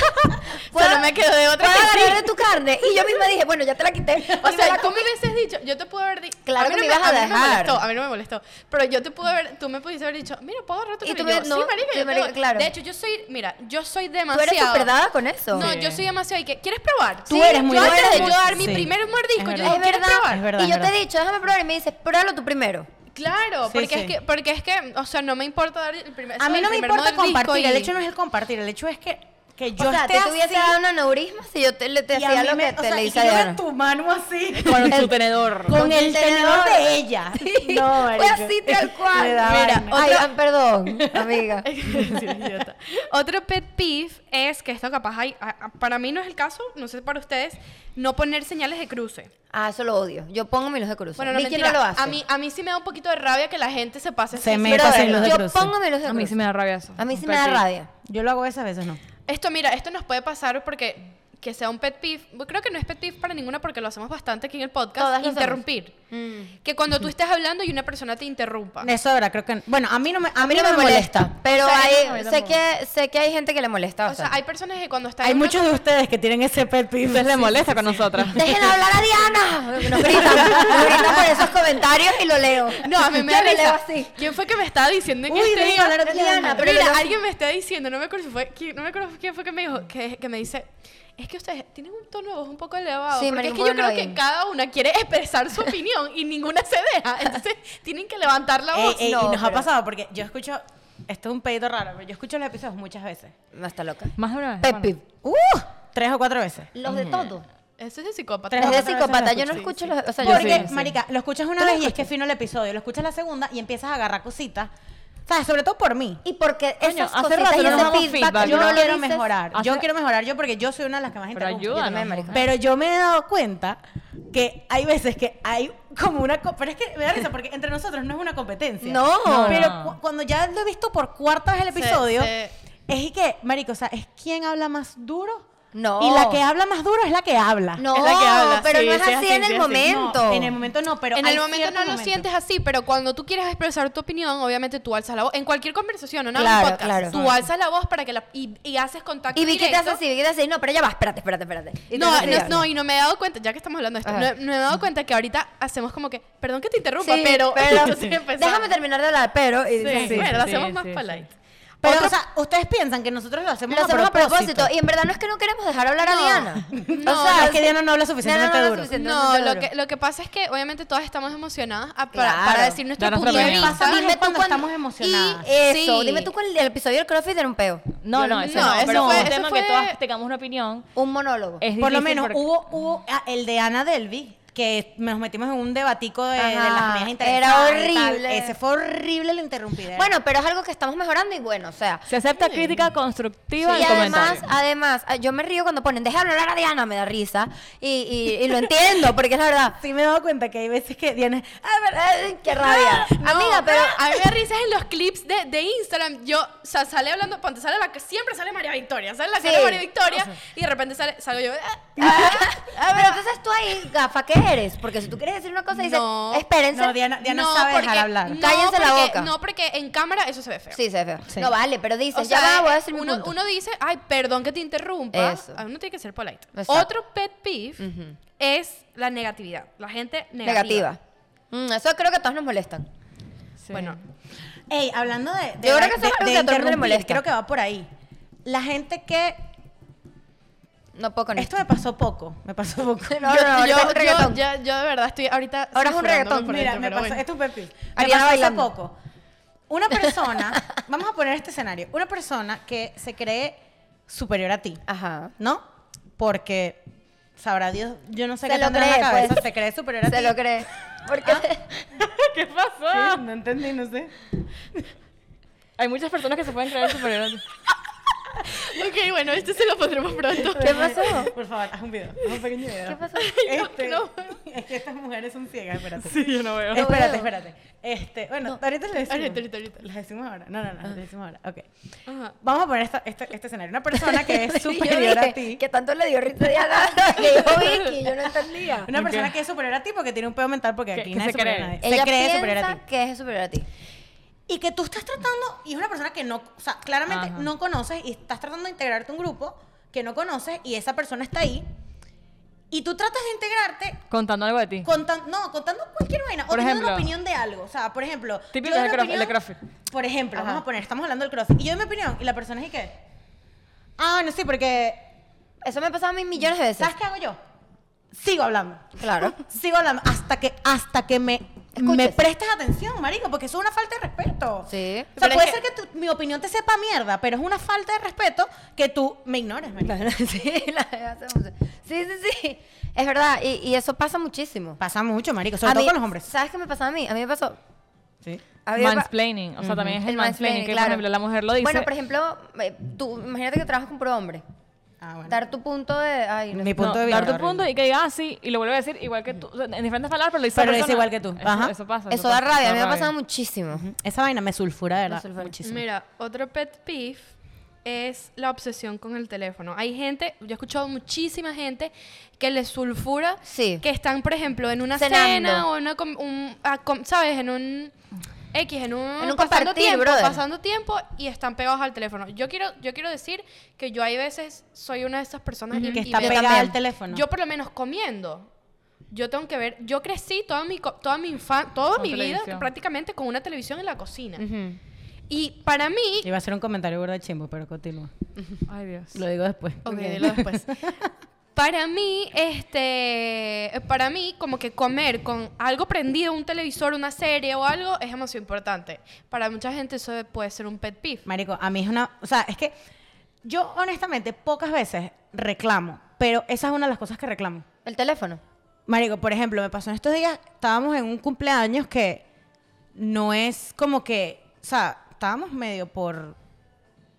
Speaker 2: Solo me quedó de otra
Speaker 4: puedo
Speaker 2: que sí.
Speaker 4: agarrar de tu carne. Y yo misma dije, bueno, ya te la quité.
Speaker 2: O
Speaker 4: Y me la
Speaker 2: sea, tú
Speaker 4: comí.
Speaker 2: me hubieses dicho, yo te pude haber dicho.
Speaker 4: Claro que me ibas a
Speaker 2: A mí
Speaker 4: dejar.
Speaker 2: me molestó, a mí no me molestó. Pero yo te pude haber, tú me pudiste haber dicho, mira, puedo agarrar tu
Speaker 4: Y tú
Speaker 2: cabello?"
Speaker 4: me- no,
Speaker 2: sí, marica,
Speaker 4: sí,
Speaker 2: yo te
Speaker 4: marica,
Speaker 2: doy.
Speaker 4: claro.
Speaker 2: De hecho, yo soy, mira, yo soy
Speaker 4: Tú
Speaker 2: demasiado.
Speaker 4: eres súper dada con eso.
Speaker 2: No,
Speaker 3: Sí.
Speaker 2: yo soy demasiado y que, ¿quieres probar?
Speaker 1: Tú eres muy
Speaker 2: yo
Speaker 1: buena.
Speaker 2: antes de
Speaker 1: Sí.
Speaker 2: yo dar mi
Speaker 1: Sí.
Speaker 2: primer
Speaker 3: Es
Speaker 2: mordisco, yo
Speaker 3: verdad.
Speaker 2: digo,
Speaker 4: es
Speaker 2: ¿quieres
Speaker 4: verdad.
Speaker 2: probar?
Speaker 1: Es verdad,
Speaker 4: y
Speaker 1: es
Speaker 4: yo te
Speaker 1: verdad.
Speaker 4: he dicho, déjame probar. Y me dices, pruébalo tú primero.
Speaker 2: Claro,
Speaker 1: Sí,
Speaker 2: porque,
Speaker 1: sí.
Speaker 2: Es que, porque es que, o sea, no me importa dar el primer
Speaker 1: A mí
Speaker 2: el
Speaker 1: no me
Speaker 2: primer
Speaker 1: importa
Speaker 2: mordisco
Speaker 1: compartir.
Speaker 2: y-
Speaker 1: El hecho no es el compartir. El hecho es que, que yo
Speaker 4: o sea,
Speaker 1: esté
Speaker 4: te hubiese
Speaker 1: así
Speaker 4: dado un aneurisma si yo te, le, te
Speaker 1: y a
Speaker 4: hacía
Speaker 1: mí
Speaker 4: lo
Speaker 1: me-
Speaker 4: que
Speaker 1: o
Speaker 4: te
Speaker 1: sea,
Speaker 4: le
Speaker 1: y
Speaker 4: hice
Speaker 1: que
Speaker 4: a
Speaker 1: yo vea
Speaker 4: Diana.
Speaker 1: tu mano así.
Speaker 3: Con su tenedor.
Speaker 1: Con
Speaker 4: el
Speaker 1: el tenedor
Speaker 4: tenedor.
Speaker 1: de ella.
Speaker 4: Sí.
Speaker 1: No,
Speaker 4: Fue
Speaker 1: marica.
Speaker 4: así tal cual.
Speaker 1: Me da
Speaker 4: Mira,
Speaker 1: vaina.
Speaker 4: ay,
Speaker 2: otro-
Speaker 4: ah, perdón, amiga.
Speaker 2: Sí, idiota. Otro pet peeve es que esto capaz hay, a- a- para mí no es el caso, no sé para ustedes, no poner señales de cruce.
Speaker 4: Ah, eso lo odio. Yo pongo mi luz de cruz.
Speaker 2: Bueno, no,
Speaker 4: Vicky
Speaker 2: mentira.
Speaker 4: no lo hace.
Speaker 2: A mí, a mí sí me da un poquito de rabia que la gente se pase.
Speaker 1: Se
Speaker 2: así.
Speaker 1: me
Speaker 4: Brother,
Speaker 1: pasan los de
Speaker 4: yo
Speaker 1: cruce.
Speaker 4: pongo mi luz de
Speaker 3: A mí sí
Speaker 4: cruz.
Speaker 3: me da rabia eso.
Speaker 4: A mí sí
Speaker 3: Un
Speaker 4: me da
Speaker 3: pet peeve.
Speaker 4: rabia.
Speaker 1: Yo lo hago esas veces, no.
Speaker 2: Esto, mira, esto nos puede pasar porque que sea un pet peeve, bueno, creo que no es pet peeve para ninguna porque lo hacemos bastante aquí en el podcast,
Speaker 4: Todas lo hacemos.
Speaker 2: interrumpir. Que cuando tú estés hablando y una persona te interrumpa.
Speaker 1: Eso ahora, creo que. Bueno, a mí no me, a mí
Speaker 4: mí no me molesta, pero
Speaker 3: O sea,
Speaker 4: hay-
Speaker 3: no, a mí
Speaker 4: sé,
Speaker 3: tampoco.
Speaker 4: que, sé que hay gente que le molesta.
Speaker 2: o sea, hay personas que cuando están
Speaker 1: Hay
Speaker 2: en una
Speaker 1: muchos de ustedes que tienen ese pet peeve.
Speaker 3: Ustedes les molesta con nosotras.
Speaker 4: ¡Dejen hablar a Diana! Nos gritan, nos gritan por esos comentarios y lo leo.
Speaker 2: No, a mí me da
Speaker 4: Yo lo leo
Speaker 2: risa.
Speaker 4: así.
Speaker 2: ¿Quién fue que me estaba diciendo en
Speaker 1: Uy,
Speaker 2: este
Speaker 1: dejen
Speaker 2: día?
Speaker 1: hablar de Diana,
Speaker 4: pero
Speaker 2: Mira,
Speaker 4: lo-
Speaker 2: alguien me está diciendo, no me acuerdo si fue, quién- no me acuerdo quién fue que me dijo, que, que me dice, es que ustedes tienen un tono de voz un poco elevado,
Speaker 4: Sí,
Speaker 2: porque
Speaker 4: marica,
Speaker 2: es
Speaker 4: un
Speaker 2: que yo
Speaker 4: poco
Speaker 2: creo
Speaker 4: annoying.
Speaker 2: que cada una quiere expresar su opinión y ninguna se deja, entonces tienen que levantar la
Speaker 1: Ey,
Speaker 2: voz.
Speaker 1: ey,
Speaker 4: No,
Speaker 1: y nos ha
Speaker 4: pero-
Speaker 1: pasado porque yo escucho. Esto es un pedito raro, pero yo escucho los episodios muchas veces.
Speaker 4: No, está loca.
Speaker 3: Más de una vez.
Speaker 4: Pepe.
Speaker 3: bueno.
Speaker 1: ¡Uh! Tres o cuatro veces.
Speaker 4: Los de todo.
Speaker 2: Eso es de psicópata.
Speaker 1: Tres
Speaker 4: Los de
Speaker 1: veces lo
Speaker 4: psicópata. Yo
Speaker 1: escucho, sí,
Speaker 4: no escucho los... O sea, yo
Speaker 1: Porque,
Speaker 4: sí.
Speaker 3: sí.
Speaker 1: marica, lo escuchas una vez y es que fino el episodio. Lo escuchas la segunda y empiezas a agarrar cositas. ¿Sabes? Sobre todo por mí.
Speaker 4: Y porque
Speaker 3: Coño,
Speaker 4: esas
Speaker 3: hace
Speaker 4: cositas
Speaker 3: rato no nos
Speaker 4: y ese
Speaker 3: damos
Speaker 4: feedback
Speaker 3: feedback,
Speaker 1: yo
Speaker 4: no lo
Speaker 1: quiero
Speaker 4: dices.
Speaker 1: mejorar.
Speaker 3: hace-
Speaker 1: Yo quiero mejorar yo porque yo soy una de las que más
Speaker 3: Pero
Speaker 1: interrumpe.
Speaker 3: ayuda.
Speaker 4: también, marica.
Speaker 1: Pero yo me he dado cuenta que hay veces que hay como una... co- Pero es que me da risa porque entre nosotros no es una competencia.
Speaker 4: No. No,
Speaker 1: Pero
Speaker 3: no.
Speaker 1: cu- cuando ya lo he visto por cuarta vez el
Speaker 2: Se-
Speaker 1: episodio,
Speaker 2: se-
Speaker 1: es y que, marico, o sea, es quien habla más duro.
Speaker 4: No.
Speaker 1: Y la que habla más duro es la que habla.
Speaker 4: No,
Speaker 2: Es la que habla,
Speaker 4: pero
Speaker 2: sí,
Speaker 4: no es
Speaker 2: sí,
Speaker 4: así
Speaker 2: así,
Speaker 4: en
Speaker 2: sí, así.
Speaker 4: el momento.
Speaker 1: En el momento no, pero
Speaker 2: en
Speaker 1: hay
Speaker 2: el momento
Speaker 1: ciertos
Speaker 2: no lo
Speaker 1: momentos.
Speaker 2: sientes así, pero cuando tú quieres expresar tu opinión, obviamente tú alzas la voz. En cualquier conversación, no nada
Speaker 4: Claro,
Speaker 2: en podcast,
Speaker 4: claro.
Speaker 2: tú alzas la voz para que la, y, y haces contacto
Speaker 4: Y vi que te hace
Speaker 2: directo.
Speaker 4: así, vi que te hace así. No, pero ya va, espérate, espérate, espérate. Y te
Speaker 2: No,
Speaker 4: hace
Speaker 2: no,
Speaker 4: así.
Speaker 2: no, y no me he dado cuenta, ya que estamos hablando de esto,
Speaker 4: Ajá.
Speaker 2: no, no me he dado cuenta que ahorita hacemos como que, perdón que te interrumpa,
Speaker 4: Sí,
Speaker 2: pero,
Speaker 4: pero-
Speaker 2: entonces empezamos.
Speaker 4: Déjame terminar de hablar, pero... y
Speaker 2: Sí,
Speaker 4: dices así.
Speaker 2: bueno, lo
Speaker 3: sí,
Speaker 2: hacemos más
Speaker 3: sí,
Speaker 2: polite.
Speaker 1: Pero,
Speaker 2: Otra-
Speaker 1: o sea, ustedes piensan que nosotros lo hacemos,
Speaker 4: Lo hacemos
Speaker 1: a, propósito?
Speaker 4: Y en verdad no es que no queremos dejar hablar a
Speaker 2: No.
Speaker 4: Diana.
Speaker 1: o sea, es que Diana no habla
Speaker 4: Diana no
Speaker 1: suficientemente
Speaker 4: habla
Speaker 1: duro.
Speaker 4: suficiente,
Speaker 2: No,
Speaker 4: duro.
Speaker 2: lo que, lo que pasa es que obviamente todas estamos emocionadas a- para,
Speaker 4: Claro.
Speaker 2: para decir nuestro
Speaker 3: Dar
Speaker 2: punto
Speaker 3: nuestra
Speaker 2: de
Speaker 3: opinión.
Speaker 2: vista.
Speaker 1: Pasa más
Speaker 4: Dime
Speaker 1: es
Speaker 4: tú
Speaker 1: cuando
Speaker 4: cuál-
Speaker 1: estamos emocionadas.
Speaker 4: Y eso,
Speaker 2: Sí.
Speaker 4: dime tú cuál el episodio del CrossFit era un peo.
Speaker 3: No, no, eso no,
Speaker 2: No, eso
Speaker 3: pero
Speaker 2: fue-
Speaker 3: Eh, un
Speaker 2: eso
Speaker 3: tema
Speaker 2: fue-
Speaker 3: que todas tengamos una opinión.
Speaker 4: Un monólogo.
Speaker 3: Es
Speaker 1: Por lo
Speaker 3: difícil
Speaker 1: menos
Speaker 3: porque-
Speaker 1: hubo, hubo ah, el de Ana Delvi, que nos metimos en un debatico de, de las
Speaker 4: Ajá,
Speaker 1: amigas
Speaker 4: era
Speaker 1: interesadas. y tal.
Speaker 4: horrible.
Speaker 1: Ese fue horrible el interrumpir. era.
Speaker 4: Bueno, pero es algo que estamos mejorando y bueno, o sea.
Speaker 3: Se acepta crítica constructiva
Speaker 4: y
Speaker 3: en
Speaker 4: además,
Speaker 3: comentarios.
Speaker 4: además, ah, yo me río cuando ponen, deja hablar a Diana, me da risa. Y, y- y lo entiendo, porque es la verdad.
Speaker 1: sí me he dado cuenta que hay veces que Diana.
Speaker 4: "Ah, verdad, Qué rabia.
Speaker 2: No,
Speaker 4: Amiga, pero.
Speaker 2: A mí me da risa en los clips de, de Instagram. Yo, o sea, sale hablando, ponte, sale la que siempre sale María Victoria. Sale la cara
Speaker 4: Sí.
Speaker 2: de María Victoria y de repente sale, salgo yo. "Ah".
Speaker 4: ah, ah, pero entonces tú ahí, gafa, ¿qué eres? Porque si tú quieres decir una cosa, dices,
Speaker 2: No.
Speaker 4: espérense.
Speaker 1: No, Diana, Diana sabe dejar hablar.
Speaker 2: no,
Speaker 4: Cállense la
Speaker 2: porque-
Speaker 4: boca.
Speaker 2: No, porque en cámara eso se ve feo.
Speaker 4: Sí, se ve feo.
Speaker 1: Sí.
Speaker 4: No vale, pero dices,
Speaker 2: O sea,
Speaker 4: ya va, voy a
Speaker 2: eh,
Speaker 4: decir mi
Speaker 2: uno,
Speaker 4: punto.
Speaker 2: uno dice, ay, perdón que te interrumpa.
Speaker 4: Eso.
Speaker 2: Ah, Uno tiene que ser polite.
Speaker 4: Exacto.
Speaker 2: Otro pet peeve
Speaker 4: Ujú.
Speaker 2: es la negatividad. La gente negativa.
Speaker 4: Negativa. Mm, eso creo que a todos nos molestan.
Speaker 3: Sí.
Speaker 2: Bueno,
Speaker 1: Ey, hablando de. de
Speaker 4: Yo creo que eso
Speaker 1: de-
Speaker 4: es algo
Speaker 1: de
Speaker 4: que a todo el mundo le
Speaker 1: interrumpir,
Speaker 4: molesta.
Speaker 1: Creo que va por ahí. La gente que.
Speaker 4: No puedo con
Speaker 1: Esto me pasó poco. Me pasó poco.
Speaker 4: No, no, no, ahorita es un reggaetón.
Speaker 2: yo- yo de verdad estoy ahorita.
Speaker 4: Ahora es un
Speaker 2: sulfurándome
Speaker 4: reggaetón,
Speaker 2: por
Speaker 1: Mira,
Speaker 2: dentro,
Speaker 1: me
Speaker 2: pero
Speaker 1: pasó,
Speaker 2: bueno.
Speaker 1: esto es un perfil. Me
Speaker 4: Ariana
Speaker 1: pasó hace
Speaker 4: bailando.
Speaker 1: poco. Una persona, vamos a poner este escenario, una persona que se cree superior a ti,
Speaker 4: Ajá.
Speaker 1: ¿no? Porque, sabrá Dios, yo no sé
Speaker 4: Se
Speaker 1: qué
Speaker 4: lo
Speaker 1: tendrá en la
Speaker 4: cree,
Speaker 1: cabeza,
Speaker 4: pues.
Speaker 1: se cree superior a ti. Ah,
Speaker 4: Se lo cree. Porque
Speaker 3: ¿Qué pasó?
Speaker 1: No entendí, no sé.
Speaker 3: Hay muchas personas que se pueden creer superior.
Speaker 2: Ok, bueno, este se lo pondremos pronto.
Speaker 4: ¿Qué pasó?
Speaker 1: Por favor, haz un video, haz un pequeño video.
Speaker 4: ¿Qué pasó?
Speaker 1: Este,
Speaker 2: No,
Speaker 1: Es que estas mujeres son ciegas, espérate.
Speaker 3: Sí, yo no veo.
Speaker 1: Espérate,
Speaker 4: veo.
Speaker 1: espérate. Este, bueno, ahorita les decimos.
Speaker 2: Ahorita, ahorita, ahorita.
Speaker 1: Les decimos ahora. No, no, no, les decimos ahora. Ok.
Speaker 2: Ajá.
Speaker 1: Vamos a poner esta- este, este escenario. Una persona que es
Speaker 4: Yo
Speaker 1: superior a
Speaker 4: dije,
Speaker 1: ti.
Speaker 4: Que tanto le dio risa a Diana que dijo Vicky, yo no entendía.
Speaker 1: Una persona que es superior a ti porque tiene un pedo mental porque
Speaker 3: Que-
Speaker 1: aquí
Speaker 3: que
Speaker 1: nadie
Speaker 3: se
Speaker 1: es superior
Speaker 3: cree.
Speaker 1: a nadie.
Speaker 4: Ella
Speaker 1: se cree
Speaker 4: piensa
Speaker 1: superior a ti.
Speaker 4: que es superior a ti.
Speaker 1: Y que tú estás tratando, y es una persona que no, o sea, claramente
Speaker 3: Ajá.
Speaker 1: no conoces y estás tratando de integrarte a un grupo que no conoces y esa persona está ahí. Y tú tratas de integrarte
Speaker 3: Contando algo de ti.
Speaker 1: contando, no, contando cualquier vaina
Speaker 3: Por
Speaker 1: o teniendo
Speaker 3: ejemplo.
Speaker 1: una opinión de algo. O sea, por ejemplo,
Speaker 3: Típico
Speaker 1: yo doy
Speaker 3: del
Speaker 1: mi
Speaker 3: cross- el de
Speaker 1: opinión- Por ejemplo,
Speaker 4: Ajá.
Speaker 1: vamos a poner, estamos hablando del crossfit. Y yo doy mi opinión y la persona es y que, ah, no, sí, porque,
Speaker 4: Eso me ha pasado a mí millones de veces.
Speaker 1: ¿sabes qué hago yo? Sigo hablando.
Speaker 4: Claro.
Speaker 1: Sigo hablando hasta que hasta que me,
Speaker 4: Escuches.
Speaker 1: me prestes atención, marico, porque eso es una falta de respeto.
Speaker 4: Sí.
Speaker 1: O sea,
Speaker 2: Pero
Speaker 1: puede
Speaker 2: es
Speaker 1: ser
Speaker 2: que-
Speaker 1: que tu- mi opinión te sepa mierda, pero es una falta de respeto que tú me ignores, marico.
Speaker 4: Claro, sí, la hacemos. Sí, sí, sí. Es verdad, y, y eso pasa muchísimo.
Speaker 1: Pasa mucho, marico, sobre
Speaker 4: A
Speaker 1: todo
Speaker 4: mí-
Speaker 1: con los hombres.
Speaker 4: ¿Sabes qué me pasaba a mí? A mí me pasó.
Speaker 1: Sí.
Speaker 4: a mí me pa-
Speaker 3: Mansplaining. O sea, también es el,
Speaker 4: el
Speaker 3: mansplaining,
Speaker 4: mansplaining,
Speaker 3: que,
Speaker 4: claro.
Speaker 3: por ejemplo, la mujer lo dice.
Speaker 4: Bueno, por ejemplo, eh, tú, imagínate que trabajas con puro hombre.
Speaker 1: Ah, bueno.
Speaker 4: Dar tu punto de. Ay, no
Speaker 1: Mi
Speaker 4: sé.
Speaker 1: punto
Speaker 3: No,
Speaker 1: de vista
Speaker 3: dar tu
Speaker 1: horrible.
Speaker 3: punto y que diga así y lo vuelve a decir igual que tú. o sea, En diferentes palabras, pero lo dice
Speaker 1: Pero
Speaker 3: la
Speaker 1: lo dice
Speaker 3: persona.
Speaker 1: igual que tú.
Speaker 3: Eso,
Speaker 1: Ajá.
Speaker 3: eso pasa.
Speaker 4: Eso da
Speaker 3: pasa,
Speaker 4: rabia, a mí me ha pasado muchísimo.
Speaker 1: Esa vaina me sulfura, de verdad.
Speaker 4: Me sulfura.
Speaker 1: Muchísimo.
Speaker 2: Mira, otro pet peeve es la obsesión con el teléfono. Hay gente, yo he escuchado muchísima gente que les sulfura
Speaker 4: Sí.
Speaker 2: que están, por ejemplo, en una
Speaker 4: Cenando.
Speaker 2: cena o en una, com- un, a com- ¿sabes? En un X, en un,
Speaker 4: En un
Speaker 2: pasando
Speaker 4: compartir,
Speaker 2: tiempo,
Speaker 4: brother.
Speaker 2: pasando tiempo y están pegados al teléfono. Yo quiero, yo quiero decir que yo hay veces soy una de esas personas y-
Speaker 1: que
Speaker 2: y
Speaker 1: está
Speaker 2: veo-
Speaker 1: pegada
Speaker 4: también.
Speaker 1: al teléfono.
Speaker 2: yo por lo menos comiendo. Yo tengo que ver, yo crecí toda mi co- toda mi infancia, toda
Speaker 3: Con
Speaker 2: mi vida
Speaker 3: televisión.
Speaker 2: prácticamente con una televisión en la cocina.
Speaker 4: Ujú.
Speaker 2: Y para mí
Speaker 1: Iba a hacer un comentario burda de chimbo, pero continúa.
Speaker 3: Ay, Dios.
Speaker 1: Lo digo después.
Speaker 2: Ok, dilo después. Para mí, este, para mí, como que comer con algo prendido, un televisor, una serie o algo, es demasiado importante. Para mucha gente eso puede ser un pet peeve.
Speaker 1: Marico, a mí es una. O sea, es que yo honestamente pocas veces reclamo, pero esa es una de las cosas que reclamo.
Speaker 4: El teléfono.
Speaker 1: Marico, por ejemplo, me pasó en estos días, estábamos en un cumpleaños que no es como que. O sea, estábamos medio por. O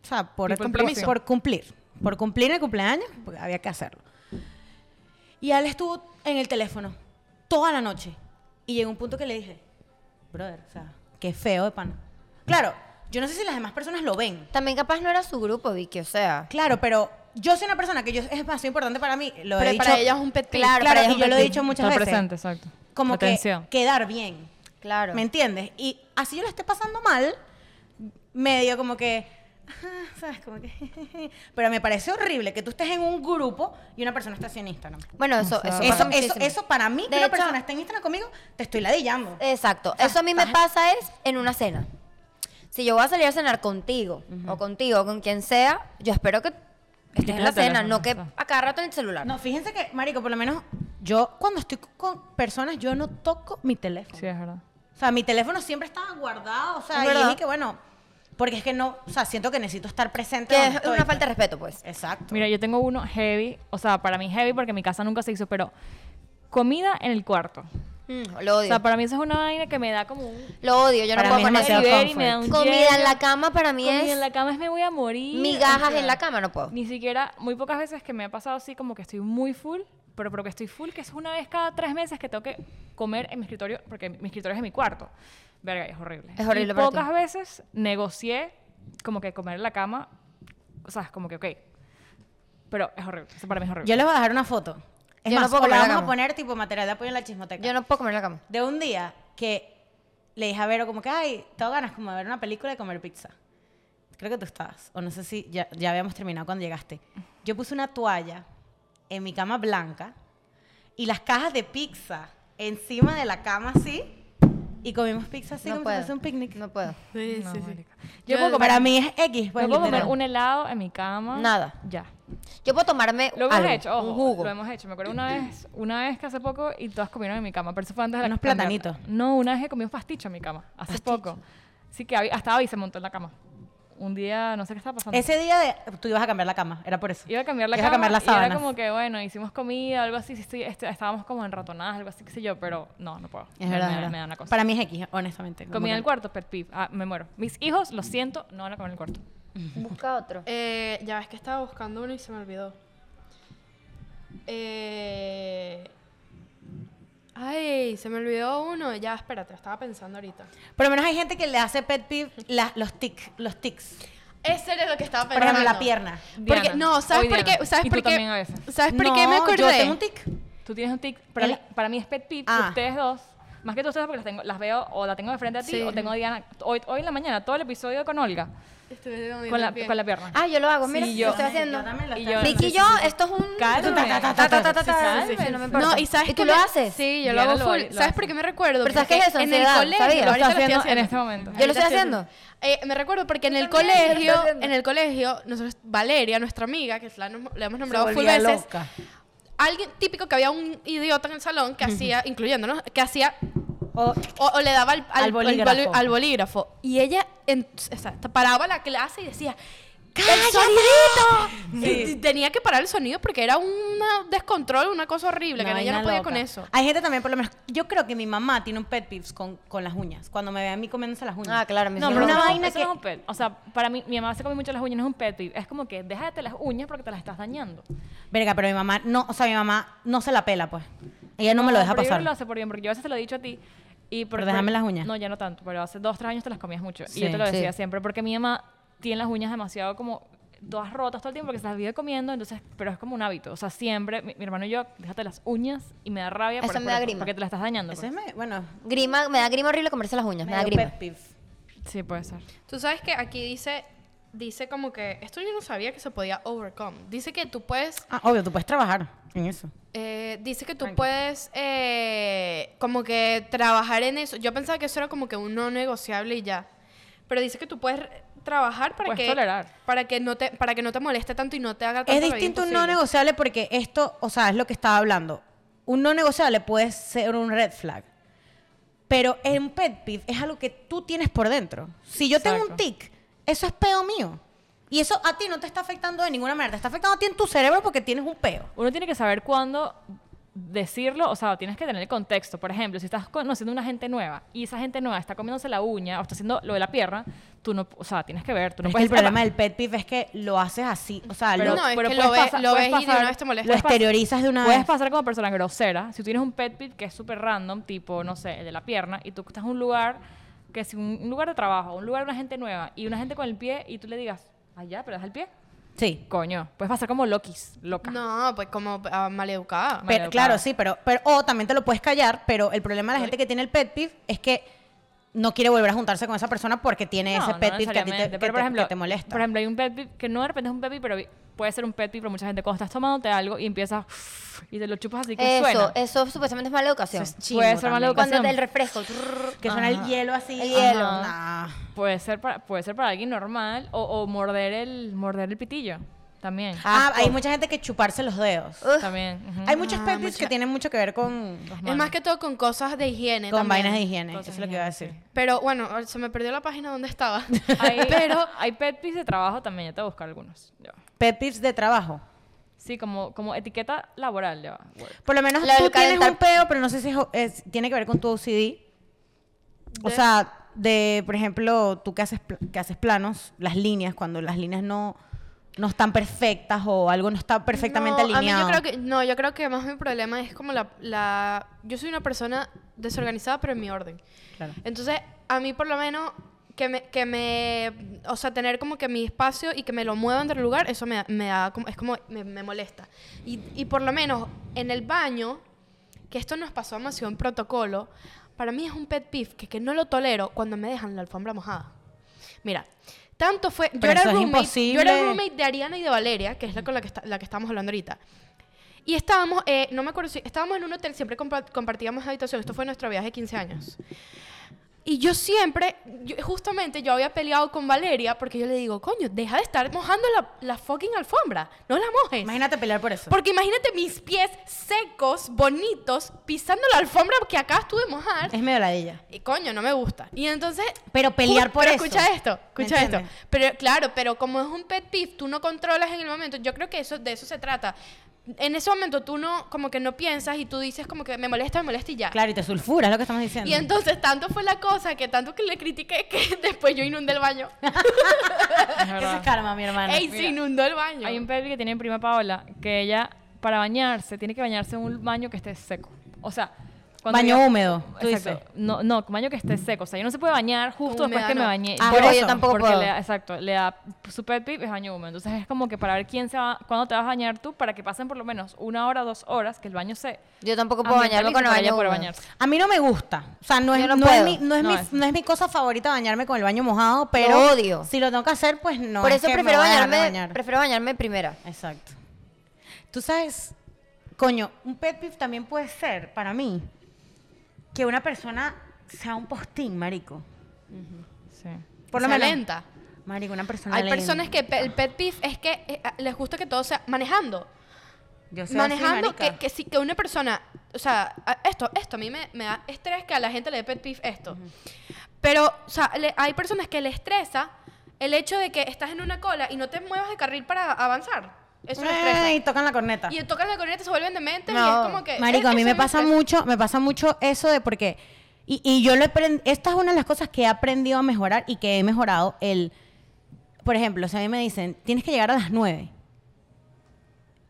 Speaker 1: sea, por,
Speaker 3: Y por
Speaker 1: cumplir-
Speaker 3: compromiso.
Speaker 1: por cumplir. Por cumplir el cumpleaños, porque había que hacerlo. Y él estuvo en el teléfono toda la noche. Y llegó un punto que le dije, brother, o sea, qué feo de pana. Claro, yo no sé si las demás personas lo ven.
Speaker 4: También capaz no era su grupo, Vicky, o sea.
Speaker 1: Claro, pero yo soy una persona que yo, es demasiado importante para mí. Lo he
Speaker 2: Pero
Speaker 1: dicho,
Speaker 2: para ella es un pet peeve.
Speaker 1: Claro,
Speaker 4: Claro, para
Speaker 1: y
Speaker 4: ella es un
Speaker 1: yo
Speaker 4: pet
Speaker 1: lo he
Speaker 4: peeve.
Speaker 1: dicho muchas
Speaker 3: Estar
Speaker 1: veces.
Speaker 3: presente, exacto.
Speaker 1: Como
Speaker 3: Atención.
Speaker 1: que quedar bien.
Speaker 4: Claro.
Speaker 1: ¿Me entiendes? Y así yo lo esté pasando mal, medio como que. ah, ¿Sabes? Como que. Pero me parece horrible que tú estés en un grupo y una persona esté así en Instagram.
Speaker 4: Bueno, eso,
Speaker 3: sea,
Speaker 4: eso,
Speaker 3: Lo
Speaker 1: Eso,
Speaker 4: pasa
Speaker 1: eso,
Speaker 4: muchísimo.
Speaker 1: eso para mí, que
Speaker 4: De
Speaker 1: una
Speaker 4: hecho- Eh,
Speaker 1: persona esté en Instagram conmigo, te estoy ladillando.
Speaker 4: Exacto. Eso a mí me pasa es en una cena. si yo voy a salir a cenar contigo, o contigo, o con quien sea, yo espero que estés
Speaker 3: Quites
Speaker 4: en la
Speaker 3: el
Speaker 4: cena,
Speaker 3: teléfono,
Speaker 4: no que
Speaker 3: claro.
Speaker 4: a cada rato en el celular.
Speaker 1: No, fíjense que, marico, por lo menos yo cuando estoy con personas, yo no toco mi teléfono.
Speaker 3: Sí, es verdad.
Speaker 1: O sea, mi teléfono siempre estaba guardado, o sea,
Speaker 4: Es
Speaker 1: y
Speaker 4: verdad.
Speaker 1: dije que bueno, porque es que no, o sea, siento que necesito estar presente.
Speaker 4: que
Speaker 1: donde
Speaker 4: es
Speaker 1: estoy,
Speaker 4: una
Speaker 1: pues.
Speaker 4: falta de respeto, pues.
Speaker 1: Exacto.
Speaker 3: Mira, yo tengo uno heavy, o sea, para mí heavy porque en mi casa nunca se hizo, pero comida en el cuarto.
Speaker 4: Mm, lo
Speaker 3: O
Speaker 4: odio.
Speaker 3: sea, para mí eso es una vaina que me da como un...
Speaker 4: lo odio, yo no
Speaker 1: para
Speaker 4: puedo
Speaker 1: mí es
Speaker 4: con eso.
Speaker 1: demasiado
Speaker 3: Delivery, me da
Speaker 1: comfort.
Speaker 3: un
Speaker 4: Comida en
Speaker 3: hielo.
Speaker 4: la cama para mí
Speaker 3: Comida
Speaker 4: es
Speaker 3: en la cama es me voy a morir. o
Speaker 4: migajas
Speaker 3: sea,
Speaker 4: en la cama, no puedo.
Speaker 3: Ni siquiera, muy pocas veces que me ha pasado así como que estoy muy full, pero, pero que estoy full, que es una vez cada tres meses que tengo que comer en mi escritorio, porque mi escritorio es en mi cuarto. Verga, y es horrible.
Speaker 4: Es horrible
Speaker 3: Y
Speaker 4: para ti.
Speaker 3: pocas veces negocié como que comer en la cama, o sea, es como que ok, pero es horrible, eso para mí es horrible.
Speaker 1: Yo les voy a dejar una foto. Es
Speaker 4: Yo no
Speaker 1: más,
Speaker 4: puedo
Speaker 1: o la
Speaker 4: comer la
Speaker 1: vamos a
Speaker 4: cama.
Speaker 1: poner tipo material de apoyo en la chismoteca.
Speaker 4: Yo no puedo comer en la cama.
Speaker 1: De un día que le dije a Vero como que, ay, tengo ganas como de ver una película y comer pizza. Creo que tú estabas. O no sé si ya, ya habíamos terminado cuando llegaste. Yo puse una toalla en mi cama blanca y las cajas de pizza encima de la cama así y comimos pizza así
Speaker 4: no
Speaker 1: como
Speaker 4: puedo.
Speaker 1: si fuese un picnic.
Speaker 4: No puedo.
Speaker 2: Sí,
Speaker 3: No,
Speaker 2: sí, sí.
Speaker 3: marica.
Speaker 1: Yo
Speaker 3: Yo
Speaker 1: puedo
Speaker 3: de-
Speaker 1: comer, para mí es X. Pues,
Speaker 3: Yo puedo comer
Speaker 1: literal.
Speaker 3: un helado en mi cama.
Speaker 4: Nada.
Speaker 3: Ya.
Speaker 4: Yo puedo tomarme
Speaker 3: Lo hemos
Speaker 4: algo,
Speaker 3: hecho, ojo,
Speaker 4: un jugo.
Speaker 3: lo hemos hecho. Me acuerdo una vez, una vez que hace poco y todas comieron en mi cama, pero eso fue antes de la
Speaker 1: Unos
Speaker 3: pandemia.
Speaker 1: platanitos.
Speaker 3: No, una vez que comí un pasticho en mi cama, hace poco. Así que Abby- hasta Abby se montó en la cama. Un día, no sé qué estaba pasando.
Speaker 1: Ese día de- tú ibas a cambiar la cama, era por eso.
Speaker 3: Iba a cambiar la
Speaker 1: Ibas
Speaker 3: cama
Speaker 1: a cambiar las
Speaker 3: y era
Speaker 1: sábanas.
Speaker 3: como que, bueno, hicimos comida, algo así, sí, sí, este, estábamos como enratonadas, algo así, qué sé yo, pero no, no puedo.
Speaker 1: Es
Speaker 3: Me-
Speaker 1: verdad, es
Speaker 3: me,
Speaker 1: verdad.
Speaker 3: me da una cosa.
Speaker 1: Para mí es X, honestamente. como
Speaker 3: Comida en
Speaker 1: que-
Speaker 3: el cuarto, pet peeve. Ah, me muero. Mis hijos, lo siento, no van a comer en el cuarto.
Speaker 4: Busca otro.
Speaker 2: Eh, ya ves que estaba buscando uno y se me olvidó. Eh... Ay, se me olvidó uno. Ya, espérate, estaba pensando ahorita.
Speaker 1: Por lo menos hay gente que le hace pet peeve la- los tics, los tics.
Speaker 2: Ese era lo que estaba
Speaker 1: Por
Speaker 2: pensando.
Speaker 1: ejemplo, la pierna.
Speaker 2: Porque,
Speaker 3: Diana,
Speaker 2: no, ¿sabes
Speaker 3: hoy
Speaker 2: por
Speaker 3: Diana.
Speaker 2: qué? ¿Sabes
Speaker 3: Y tú
Speaker 2: por qué?
Speaker 3: también a veces.
Speaker 2: ¿Sabes por qué me
Speaker 1: No,
Speaker 2: acordé?
Speaker 1: Yo tengo un tic.
Speaker 3: Tú tienes un tic, pero
Speaker 1: El-
Speaker 3: para mí es pet peeve.
Speaker 1: Ah.
Speaker 3: Ustedes dos, más que tú ustedes, porque las, tengo, las veo o la tengo de frente a ti
Speaker 2: Sí.
Speaker 3: o tengo a Diana. Hoy, hoy en la mañana, todo el episodio con Olga,
Speaker 2: Estuve con,
Speaker 3: con
Speaker 2: el
Speaker 3: la,
Speaker 2: pie.
Speaker 3: con la pierna.
Speaker 4: Ah, yo lo hago, mira,
Speaker 3: Sí,
Speaker 4: lo
Speaker 3: yo-
Speaker 4: estoy haciendo.
Speaker 3: Y yo-
Speaker 4: Vicky y yo, esto es un...
Speaker 3: Cálmame.
Speaker 4: Ta, ta, ta, ta, ta, ta, ta,
Speaker 2: Ah,
Speaker 3: Sí, sí, sí,
Speaker 4: cálmame,
Speaker 3: sí.
Speaker 4: me importa.
Speaker 2: No, y sabes
Speaker 4: tú
Speaker 2: que
Speaker 4: lo
Speaker 2: me-
Speaker 4: haces.
Speaker 2: Sí, yo
Speaker 3: Diana
Speaker 2: lo hago
Speaker 3: lo-
Speaker 2: full.
Speaker 3: lo
Speaker 2: ¿Sabes
Speaker 3: hace.
Speaker 2: por qué me recuerdo?
Speaker 4: Pero ¿sabes
Speaker 2: Porque
Speaker 4: qué es eso?
Speaker 2: En el
Speaker 4: Ansiedad,
Speaker 2: colegio.
Speaker 4: ¿sabías? Lo
Speaker 2: ahorita
Speaker 3: está
Speaker 2: estoy
Speaker 3: haciendo en este momento.
Speaker 4: Yo lo estoy
Speaker 2: Ahorita
Speaker 4: haciendo.
Speaker 2: Eh, me recuerdo porque en el
Speaker 4: también, yo lo
Speaker 2: colegio,
Speaker 4: estoy haciendo.
Speaker 2: en el colegio, nosotros, Valeria, nuestra amiga, que la, nom- la hemos nombrado full
Speaker 1: volvía
Speaker 2: veces,
Speaker 1: loca.
Speaker 2: alguien típico que había un idiota en el salón que hacía, incluyéndonos, que hacía
Speaker 1: O-
Speaker 2: o, o le daba al, al-
Speaker 1: Al bolígrafo.
Speaker 2: al boli- al bolígrafo. Y ella en- o sea, paraba la clase y decía, ¡Cállate! Y t- tenía que parar el sonido porque era un descontrol, una cosa
Speaker 1: Una
Speaker 2: horrible, que ella
Speaker 1: vaina
Speaker 2: no podía
Speaker 1: loca.
Speaker 2: con eso.
Speaker 1: Hay gente también, por lo menos. Yo creo que mi mamá tiene un pet peeves con, con las uñas. Cuando me ve a mí comiéndose las uñas.
Speaker 4: Ah, claro, mis
Speaker 1: No,
Speaker 4: hijos
Speaker 1: pero
Speaker 4: lo
Speaker 1: una
Speaker 3: eso
Speaker 4: hacen.
Speaker 1: vaina
Speaker 3: eso
Speaker 1: que.
Speaker 3: no es un pet. O sea, para mí, mi mamá se come mucho las uñas, no es un pet peeve. Es como que déjate las uñas porque te las estás dañando.
Speaker 1: Verga, pero mi mamá no, o sea, mi mamá no se la pela, pues. Ella no, me lo deja
Speaker 3: pero yo creo
Speaker 1: pasar.
Speaker 3: que lo hace por bien, porque yo a veces te lo he dicho a ti. Y por,
Speaker 1: Pero déjame
Speaker 3: por-
Speaker 1: las uñas.
Speaker 3: No, ya no tanto, pero hace dos, tres años te las comías mucho.
Speaker 1: Sí,
Speaker 3: y yo te lo
Speaker 1: sí.
Speaker 3: decía siempre, porque mi mamá tiene las uñas demasiado como todas rotas todo el tiempo porque se las vive comiendo, entonces, pero es como un hábito. O sea, siempre, mi, mi hermano y yo, déjate las uñas y me da rabia
Speaker 4: Eso
Speaker 3: por-
Speaker 4: me
Speaker 3: por
Speaker 4: da grima.
Speaker 3: porque te las estás dañando.
Speaker 1: Ese es
Speaker 3: pues.
Speaker 1: me- bueno,
Speaker 4: Grima, me da grima horrible comerse las uñas, me da
Speaker 1: medio
Speaker 4: grima.
Speaker 1: pet peeve.
Speaker 3: Sí, puede ser.
Speaker 2: Tú sabes que aquí dice, dice como que, esto yo no sabía que se podía overcome. Dice que tú puedes,
Speaker 1: Ah, obvio, tú puedes trabajar en eso.
Speaker 2: eh, dice que tú puedes eh, como que trabajar en eso. Yo pensaba que eso era como que un no negociable y ya. Pero dice que tú puedes trabajar para
Speaker 3: Puedes
Speaker 2: que
Speaker 3: tolerar.
Speaker 2: para que no te para que no te moleste tanto y no te haga tanto
Speaker 1: Es
Speaker 2: la vida
Speaker 1: distinto un no
Speaker 2: imposible.
Speaker 1: negociable porque esto, o sea, es lo que estaba hablando. Un no negociable puede ser un red flag. Pero en un pet peeve es algo que tú tienes por dentro. Si yo tengo un
Speaker 3: Exacto.
Speaker 1: tic, eso es peo mío. Y eso a ti no te está afectando de ninguna manera. Te está afectando a ti en tu cerebro porque tienes un peo.
Speaker 3: Uno tiene que saber cuándo decirlo, o sea, tienes que tener el contexto. Por ejemplo, si estás conociendo una gente nueva y esa gente nueva está comiéndose la uña o está haciendo lo de la pierna, tú no, o sea, tienes que ver, tú no
Speaker 1: Pero es que
Speaker 3: puedes
Speaker 1: Pues el problema del pet peeve es que lo haces así. O sea,
Speaker 2: Pero
Speaker 1: lo,
Speaker 2: no, es que
Speaker 3: puedes
Speaker 2: lo ve-
Speaker 3: pasar-
Speaker 2: lo
Speaker 3: puedes
Speaker 2: ves y de una vez te molesta.
Speaker 1: lo
Speaker 3: puedes pas-
Speaker 1: exteriorizas de una
Speaker 3: Puedes
Speaker 1: vez.
Speaker 3: pasar como persona grosera. Si tú tienes un pet peeve que es súper random, tipo, no sé, el de la pierna, y tú estás en un lugar, que es un un lugar de trabajo, un lugar de una gente nueva, y una gente con el pie, y tú le digas, allá, pero das el pie.
Speaker 1: Sí.
Speaker 3: Coño, puedes pasar como loquis, loca.
Speaker 2: No, pues como ah, maleducada.
Speaker 1: Pero,
Speaker 3: Maleducada.
Speaker 1: claro, sí, pero, pero o también te lo puedes callar, pero el problema de la gente que tiene el pet peeve es que no quiere volver a juntarse con esa persona porque tiene
Speaker 3: No,
Speaker 1: ese
Speaker 3: no
Speaker 1: pet peeve que a ti te,
Speaker 3: necesariamente.
Speaker 1: que
Speaker 3: Pero,
Speaker 1: te- que te molesta.
Speaker 3: Por ejemplo, hay un pet peeve que no de repente es un pet peeve, pero puede ser un pet peeve, pero mucha gente cuando estás tomándote algo y empiezas "Uf", y te lo chupas así que
Speaker 4: Eso,
Speaker 3: suena.
Speaker 4: eso supuestamente es mala educación.
Speaker 1: Eso es
Speaker 3: puede
Speaker 1: chimbo
Speaker 3: ser mala
Speaker 1: también.
Speaker 4: Cuando
Speaker 3: educación.
Speaker 4: te el refresco. trrr, ah,
Speaker 1: Que suena el hielo así.
Speaker 4: El hielo.
Speaker 1: Ajá. Nah.
Speaker 3: Puede ser para, puede ser para alguien normal o, o morder el morder el pitillo también.
Speaker 1: Ah, hay mucha gente que chuparse los dedos.
Speaker 4: Ugh.
Speaker 3: También. ujú.
Speaker 1: Hay muchos pet peeves que tienen mucho que ver con,
Speaker 2: Es más que todo con cosas de higiene.
Speaker 1: con
Speaker 2: también.
Speaker 1: vainas de higiene.
Speaker 3: Cosas
Speaker 1: Eso es
Speaker 3: de
Speaker 1: lo que iba a
Speaker 3: higiene,
Speaker 1: decir.
Speaker 2: Pero bueno, se me perdió la página donde estaba.
Speaker 3: Hay,
Speaker 2: Pero
Speaker 3: hay pet peeves de trabajo también, yo te voy a buscar algunos. ya va.
Speaker 1: Pet peeves de trabajo.
Speaker 3: Sí, como, como etiqueta laboral, ya va.
Speaker 1: Por lo menos
Speaker 4: La
Speaker 1: tú
Speaker 4: del
Speaker 1: tienes
Speaker 4: calentar-
Speaker 1: un peo, pero no sé si es- es- tiene que ver con tu OCD. O sea, de, por ejemplo, tú que haces, pl- que haces planos, las líneas, cuando las líneas no, no están perfectas o algo no está perfectamente
Speaker 2: no,
Speaker 1: alineado.
Speaker 2: A mí yo creo que, no, yo creo que más mi problema es como la, la... Yo soy una persona desorganizada, pero en mi orden.
Speaker 1: Claro.
Speaker 2: Entonces, a mí por lo menos que me, que me... O sea, tener como que mi espacio y que me lo muevan del lugar, eso me, da- me da... Como, es como... Me, me molesta. Y, y por lo menos en el baño, que esto nos pasó a Mansión Protocolo, para mí es un pet peeve que, que no lo tolero cuando me dejan la alfombra mojada. Mira, tanto fue... Yo
Speaker 1: Pero
Speaker 2: era,
Speaker 1: eso es
Speaker 2: roommate, yo era
Speaker 1: imposible.
Speaker 2: roommate de Ariana y de Valeria, que es la con la que, está- la que estamos hablando ahorita. Y estábamos, eh, no me acuerdo si, estábamos en un hotel, siempre compa- compartíamos habitación, esto fue nuestro viaje de 15 años. Y yo siempre, yo- justamente yo había peleado con Valeria porque yo le digo, coño, deja de estar mojando la, la fucking alfombra, no la mojes.
Speaker 1: Imagínate pelear por eso.
Speaker 2: Porque imagínate mis pies secos, bonitos, pisando la alfombra que acabas tú de mojar.
Speaker 1: Es medio ladilla.
Speaker 2: Y coño, no me gusta. Y entonces.
Speaker 1: Pero pelear
Speaker 2: Ju-
Speaker 1: por
Speaker 2: pero
Speaker 1: eso.
Speaker 2: Escucha esto,
Speaker 1: ¿Me
Speaker 2: escucha esto.
Speaker 1: entiendes?
Speaker 2: Pero claro, pero como es un pet peeve, tú no controlas en el momento. Yo creo que eso, de eso se trata. En ese momento tú no, como que no piensas y tú dices como que me molesta, me molesta y ya.
Speaker 1: Claro, y te sulfura, es lo que estamos diciendo.
Speaker 2: Y entonces tanto fue la cosa que tanto que le critiqué que después yo inundé el baño.
Speaker 1: Ah,
Speaker 3: Es
Speaker 1: Eso
Speaker 3: verdad.
Speaker 1: es karma, mi hermana.
Speaker 2: Ey, se inundó el baño.
Speaker 3: Hay un pet peeve que tiene mi prima Paola que ella, para bañarse, tiene que bañarse en un baño que esté seco. O sea, cuando
Speaker 1: Baño
Speaker 3: yo-
Speaker 1: húmedo, tú
Speaker 3: Exacto.
Speaker 1: dices.
Speaker 3: No, no, baño que esté seco. O sea, yo no se puede bañar justo
Speaker 2: Con
Speaker 3: después que me
Speaker 2: humedad,
Speaker 3: bañé.
Speaker 1: Ah,
Speaker 3: Yo-
Speaker 1: pero yo
Speaker 4: tampoco
Speaker 3: porque
Speaker 4: puedo.
Speaker 3: le da- exacto, le da su pet peeve es baño húmedo. Entonces es como que para ver quién se va, cuándo te vas a bañar tú, para que pasen por lo menos una hora, dos horas, que el baño se.
Speaker 4: Yo tampoco puedo bañarme con
Speaker 3: ambientalice
Speaker 4: el
Speaker 3: para ella
Speaker 4: baño
Speaker 3: poder
Speaker 4: húmedo.
Speaker 3: bañarse.
Speaker 1: A mí no me gusta. O sea, no es,
Speaker 4: Yo no
Speaker 1: no es
Speaker 4: puedo.
Speaker 1: mi, no, es
Speaker 3: No
Speaker 1: mi,
Speaker 3: es.
Speaker 1: no es mi cosa favorita bañarme con el baño mojado, pero
Speaker 4: Lo odio.
Speaker 1: si lo tengo que hacer, pues no.
Speaker 4: Por
Speaker 1: es
Speaker 4: eso
Speaker 1: que me
Speaker 4: prefiero
Speaker 1: voy a dejar de
Speaker 4: bañarme,
Speaker 1: bañar.
Speaker 4: prefiero bañarme primera.
Speaker 1: Exacto. Tú sabes, coño, un pet peeve también puede ser, para mí, que una persona sea un postín, marico.
Speaker 3: Sí.
Speaker 1: Por lo
Speaker 2: Sea
Speaker 1: menos.
Speaker 2: lenta.
Speaker 1: Marico, una persona
Speaker 2: Hay
Speaker 1: lenta.
Speaker 2: personas que pe- el pet peeve es que eh, a- les gusta que todo sea manejando.
Speaker 1: Yo soy así,
Speaker 2: manejando
Speaker 1: marica.
Speaker 2: que, que si que una persona o sea a- esto esto a mí me, me da estrés que a la gente le dé pet peeve esto pero o sea le- hay personas que le estresa el hecho de que estás en una cola y no te muevas de carril para avanzar eso le
Speaker 1: Ay,
Speaker 2: estresa
Speaker 1: tocan la corneta.
Speaker 2: y tocan la corneta y se vuelven dementes y
Speaker 4: No.
Speaker 2: es como que
Speaker 1: Marico,
Speaker 2: eh,
Speaker 1: a mí
Speaker 2: eso
Speaker 1: me pasa
Speaker 2: estresa.
Speaker 1: mucho, me pasa mucho eso de porque y, y yo lo he aprend- esta es una de las cosas que he aprendido a mejorar y que he mejorado el por ejemplo, si a mí me dicen, "Tienes que llegar a las 9."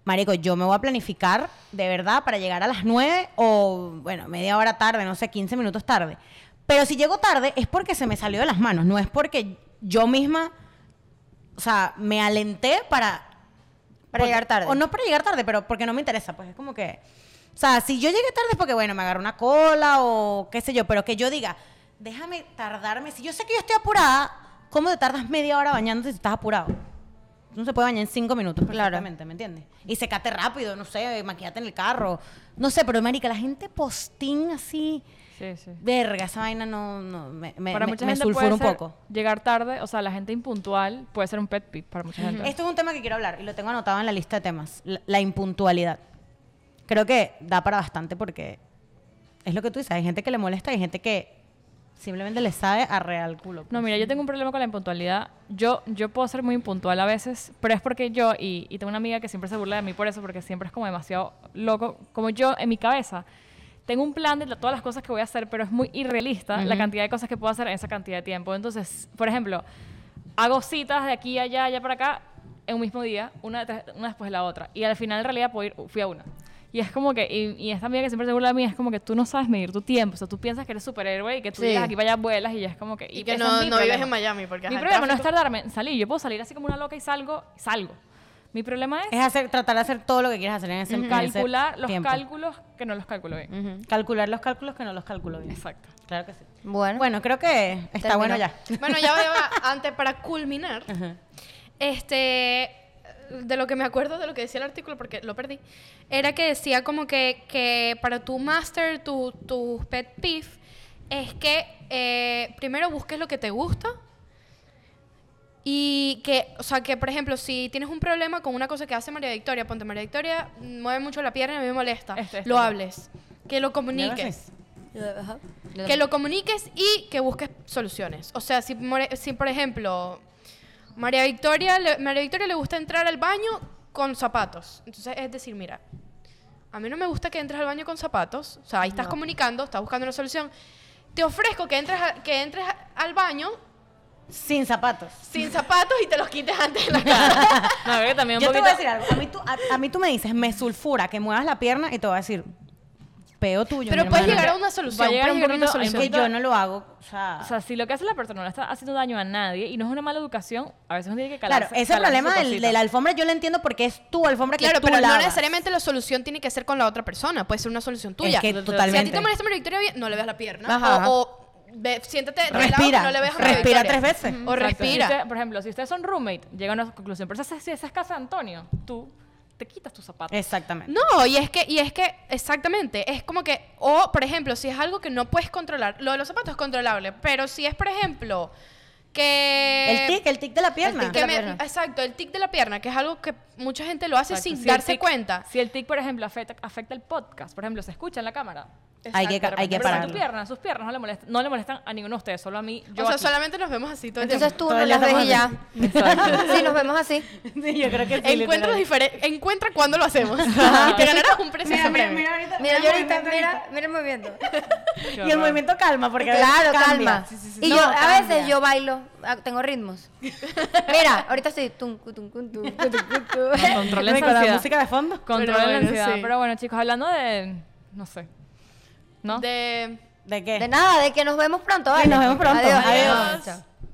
Speaker 1: Marico, yo me voy a planificar de verdad para llegar a las 9 o bueno, media hora tarde, no sé, 15 minutos tarde. Pero si llego tarde es porque se me salió de las manos, no es porque yo misma o sea, me alenté para
Speaker 4: Para
Speaker 1: porque-
Speaker 4: llegar tarde.
Speaker 1: O no para llegar tarde, pero porque no me interesa, pues es como que. O sea, si yo llegué tarde es porque, bueno, me agarró una cola o qué sé yo, pero que yo diga, déjame tardarme. Si yo sé que yo estoy apurada, ¿cómo te tardas media hora bañándote si estás apurado? Tú No se puede bañar en cinco minutos perfectamente, ¿me entiendes? Y secate rápido, no sé, maquillate en el carro. No sé, pero marica, la gente postín así,
Speaker 3: Sí, sí.
Speaker 1: verga, esa vaina no, no me, me,
Speaker 3: para
Speaker 1: me-
Speaker 3: mucha
Speaker 1: me
Speaker 3: gente
Speaker 1: sulfura
Speaker 3: puede
Speaker 1: un
Speaker 3: ser
Speaker 1: poco.
Speaker 3: llegar tarde, o sea, la gente impuntual puede ser un pet peeve para mucha gente.
Speaker 1: Esto es un tema que quiero hablar y lo tengo anotado en la lista de temas, la, la impuntualidad. Creo que da para bastante porque es lo que tú dices, hay gente que le molesta y hay gente que simplemente le sabe a real culo. pues.
Speaker 3: No, mira, yo tengo un problema con la impuntualidad. Yo, yo puedo ser muy impuntual a veces, pero es porque yo, y, y tengo una amiga que siempre se burla de mí por eso, porque siempre es como demasiado loco, como yo en mi cabeza. Tengo un plan de la- todas las cosas que voy a hacer, pero es muy irrealista la cantidad de cosas que puedo hacer en esa cantidad de tiempo. Entonces, por ejemplo, hago citas de aquí, allá, allá para acá, en un mismo día, una, detrás- una después de la otra. Y al final, en realidad, puedo ir- fui a una. Y es como que, y, y esta amiga que siempre se burla de mí, es como que tú no sabes medir tu tiempo. O sea, tú piensas que eres superhéroe y que tú
Speaker 4: Sí.
Speaker 3: llegas aquí para allá, vuelas y ya es como que...
Speaker 2: y, que
Speaker 3: ese
Speaker 2: no,
Speaker 3: es mi
Speaker 2: no vives
Speaker 3: problema.
Speaker 2: en Miami porque
Speaker 3: Mi
Speaker 2: ajá, el
Speaker 3: problema no es
Speaker 2: tráfico-
Speaker 3: tardarme en salir. Yo puedo salir así como una loca y salgo, salgo. Mi problema es,
Speaker 1: Es hacer, tratar de hacer todo lo que quieres hacer en ese, en ese
Speaker 3: calcular los
Speaker 1: tiempo.
Speaker 3: cálculos que no los calculo bien.
Speaker 1: Calcular los cálculos que no los calculo bien.
Speaker 3: Exacto.
Speaker 1: Claro que sí.
Speaker 4: Bueno,
Speaker 1: Bueno, creo que está
Speaker 4: Terminó.
Speaker 1: bueno ya.
Speaker 2: Bueno, ya va, ya va. Antes, para culminar, este. de lo que me acuerdo de lo que decía el artículo, porque lo perdí, era que decía como que, que para tu master, tu, tu pet peeve, es que eh, primero busques lo que te gusta y que, o sea, que por ejemplo, si tienes un problema con una cosa que hace María Victoria, ponte María Victoria, mueve mucho la pierna y a mí me molesta,
Speaker 3: Esto, esto,
Speaker 2: lo
Speaker 3: esto.
Speaker 2: hables, que lo comuniques. Que lo comuniques y que busques soluciones. O sea, si, more- si, por ejemplo, María Victoria, le, María Victoria le gusta entrar al baño con zapatos. Entonces, es decir, mira, a mí no me gusta que entres al baño con zapatos. O sea, ahí estás comunicando, estás buscando una solución. Te ofrezco que entres, a- que entres a- al baño
Speaker 1: Sin zapatos.
Speaker 2: sin zapatos y te los quites antes de la cara.
Speaker 3: No, creo que también un
Speaker 1: Yo te
Speaker 3: poquito.
Speaker 1: voy a decir algo. A mí, tú, a, a mí tú me dices, me sulfura que muevas la pierna y te voy a decir, peo tuyo.
Speaker 2: pero
Speaker 1: mi
Speaker 2: puedes
Speaker 1: hermano.
Speaker 2: llegar a una solución.
Speaker 3: Va a llegar
Speaker 2: puedes
Speaker 3: un
Speaker 2: llegar a una
Speaker 3: poquito- hay un
Speaker 1: Que
Speaker 2: solución.
Speaker 1: yo no lo hago. O sea,
Speaker 3: o sea, si lo que hace la persona no le está haciendo daño a nadie y no es una mala educación, a veces uno tiene que calarse.
Speaker 1: claro, ese
Speaker 3: calarse
Speaker 1: problema
Speaker 3: su
Speaker 1: del-
Speaker 3: cosita.
Speaker 1: de la alfombra yo lo entiendo porque es tu alfombra que
Speaker 2: Claro,
Speaker 1: tú
Speaker 2: pero no
Speaker 1: lavas.
Speaker 2: necesariamente la solución tiene que ser con la otra persona. Puede ser una solución tuya.
Speaker 1: Es que
Speaker 2: Si a ti
Speaker 1: totalmente.
Speaker 2: te molesta María Victoria, bien, no le veas la pierna.
Speaker 1: Ajá.
Speaker 2: O, o ve- siéntate de
Speaker 1: Respira.
Speaker 2: lado, no le veas a María
Speaker 1: Respira tres
Speaker 2: Victoria.
Speaker 1: veces.
Speaker 2: O
Speaker 3: Exacto. Si
Speaker 2: respira.
Speaker 3: usted- por ejemplo, si ustedes son roommate, llega a una conclusión. Pero si esa, si esa es casa de Antonio, tú te quitas tus zapatos.
Speaker 1: Exactamente.
Speaker 2: No, y es que, y es que, exactamente, es como que, o por ejemplo, si es algo que no puedes controlar, lo de los zapatos es controlable, pero si es, por ejemplo,
Speaker 1: el
Speaker 2: que...
Speaker 1: tic, el tic de la pierna.
Speaker 2: que
Speaker 4: de la
Speaker 2: me-
Speaker 4: pierna.
Speaker 2: Exacto, el tic de la pierna, que es algo que mucha gente lo hace
Speaker 3: Exacto.
Speaker 2: sin
Speaker 3: Si el
Speaker 2: darse
Speaker 3: tic-
Speaker 2: cuenta.
Speaker 3: Si el tic, por ejemplo, afecta, afecta el podcast, por ejemplo, se escucha en la cámara.
Speaker 1: Hay que,
Speaker 2: Exacto,
Speaker 1: ca- hay que
Speaker 3: Pero si
Speaker 1: pararlo.
Speaker 3: tus piernas, sus piernas no le, molestan, no le molestan a ninguno de ustedes, solo a mí. Yo
Speaker 2: o sea,
Speaker 3: aquí.
Speaker 2: solamente nos vemos así todo el tiempo.
Speaker 4: Entonces tú
Speaker 1: Todo
Speaker 4: no
Speaker 1: el
Speaker 4: las
Speaker 1: día
Speaker 4: ves y ya.
Speaker 1: estamos
Speaker 4: Sí, nos vemos así.
Speaker 1: Sí, yo creo que sí,
Speaker 2: Encuentros
Speaker 1: literal.
Speaker 2: difere- Encuentra cuando lo hacemos. y te ganarás un precio
Speaker 1: Mira, mira,
Speaker 2: premio.
Speaker 1: mira ahorita.
Speaker 4: Mira,
Speaker 1: el
Speaker 4: yo ahorita,
Speaker 1: movimiento
Speaker 4: mira, mira el movimiento.
Speaker 1: Y el movimiento calma, porque a veces
Speaker 4: Claro,
Speaker 1: cambia.
Speaker 4: calma. Y
Speaker 1: No,
Speaker 4: yo, a veces
Speaker 1: cambia.
Speaker 4: yo bailo, ah, tengo ritmos. Mira, ahorita estoy. tum, cu, tum, cu, tum, cu, tum, cu, tum.
Speaker 3: Controlen
Speaker 1: Con
Speaker 3: esa
Speaker 1: la
Speaker 3: ansiedad.
Speaker 1: música de fondo.
Speaker 3: Controlen
Speaker 2: Pero
Speaker 3: la
Speaker 2: bueno,
Speaker 3: ansiedad.
Speaker 2: sí.
Speaker 3: Pero bueno, chicos, hablando de. No sé. ¿No?
Speaker 2: De...
Speaker 1: ¿De qué?
Speaker 4: De nada, de que nos vemos pronto.
Speaker 1: Sí,
Speaker 4: vale.
Speaker 1: nos vemos pronto.
Speaker 4: Adiós.
Speaker 1: Adiós.
Speaker 4: Chao.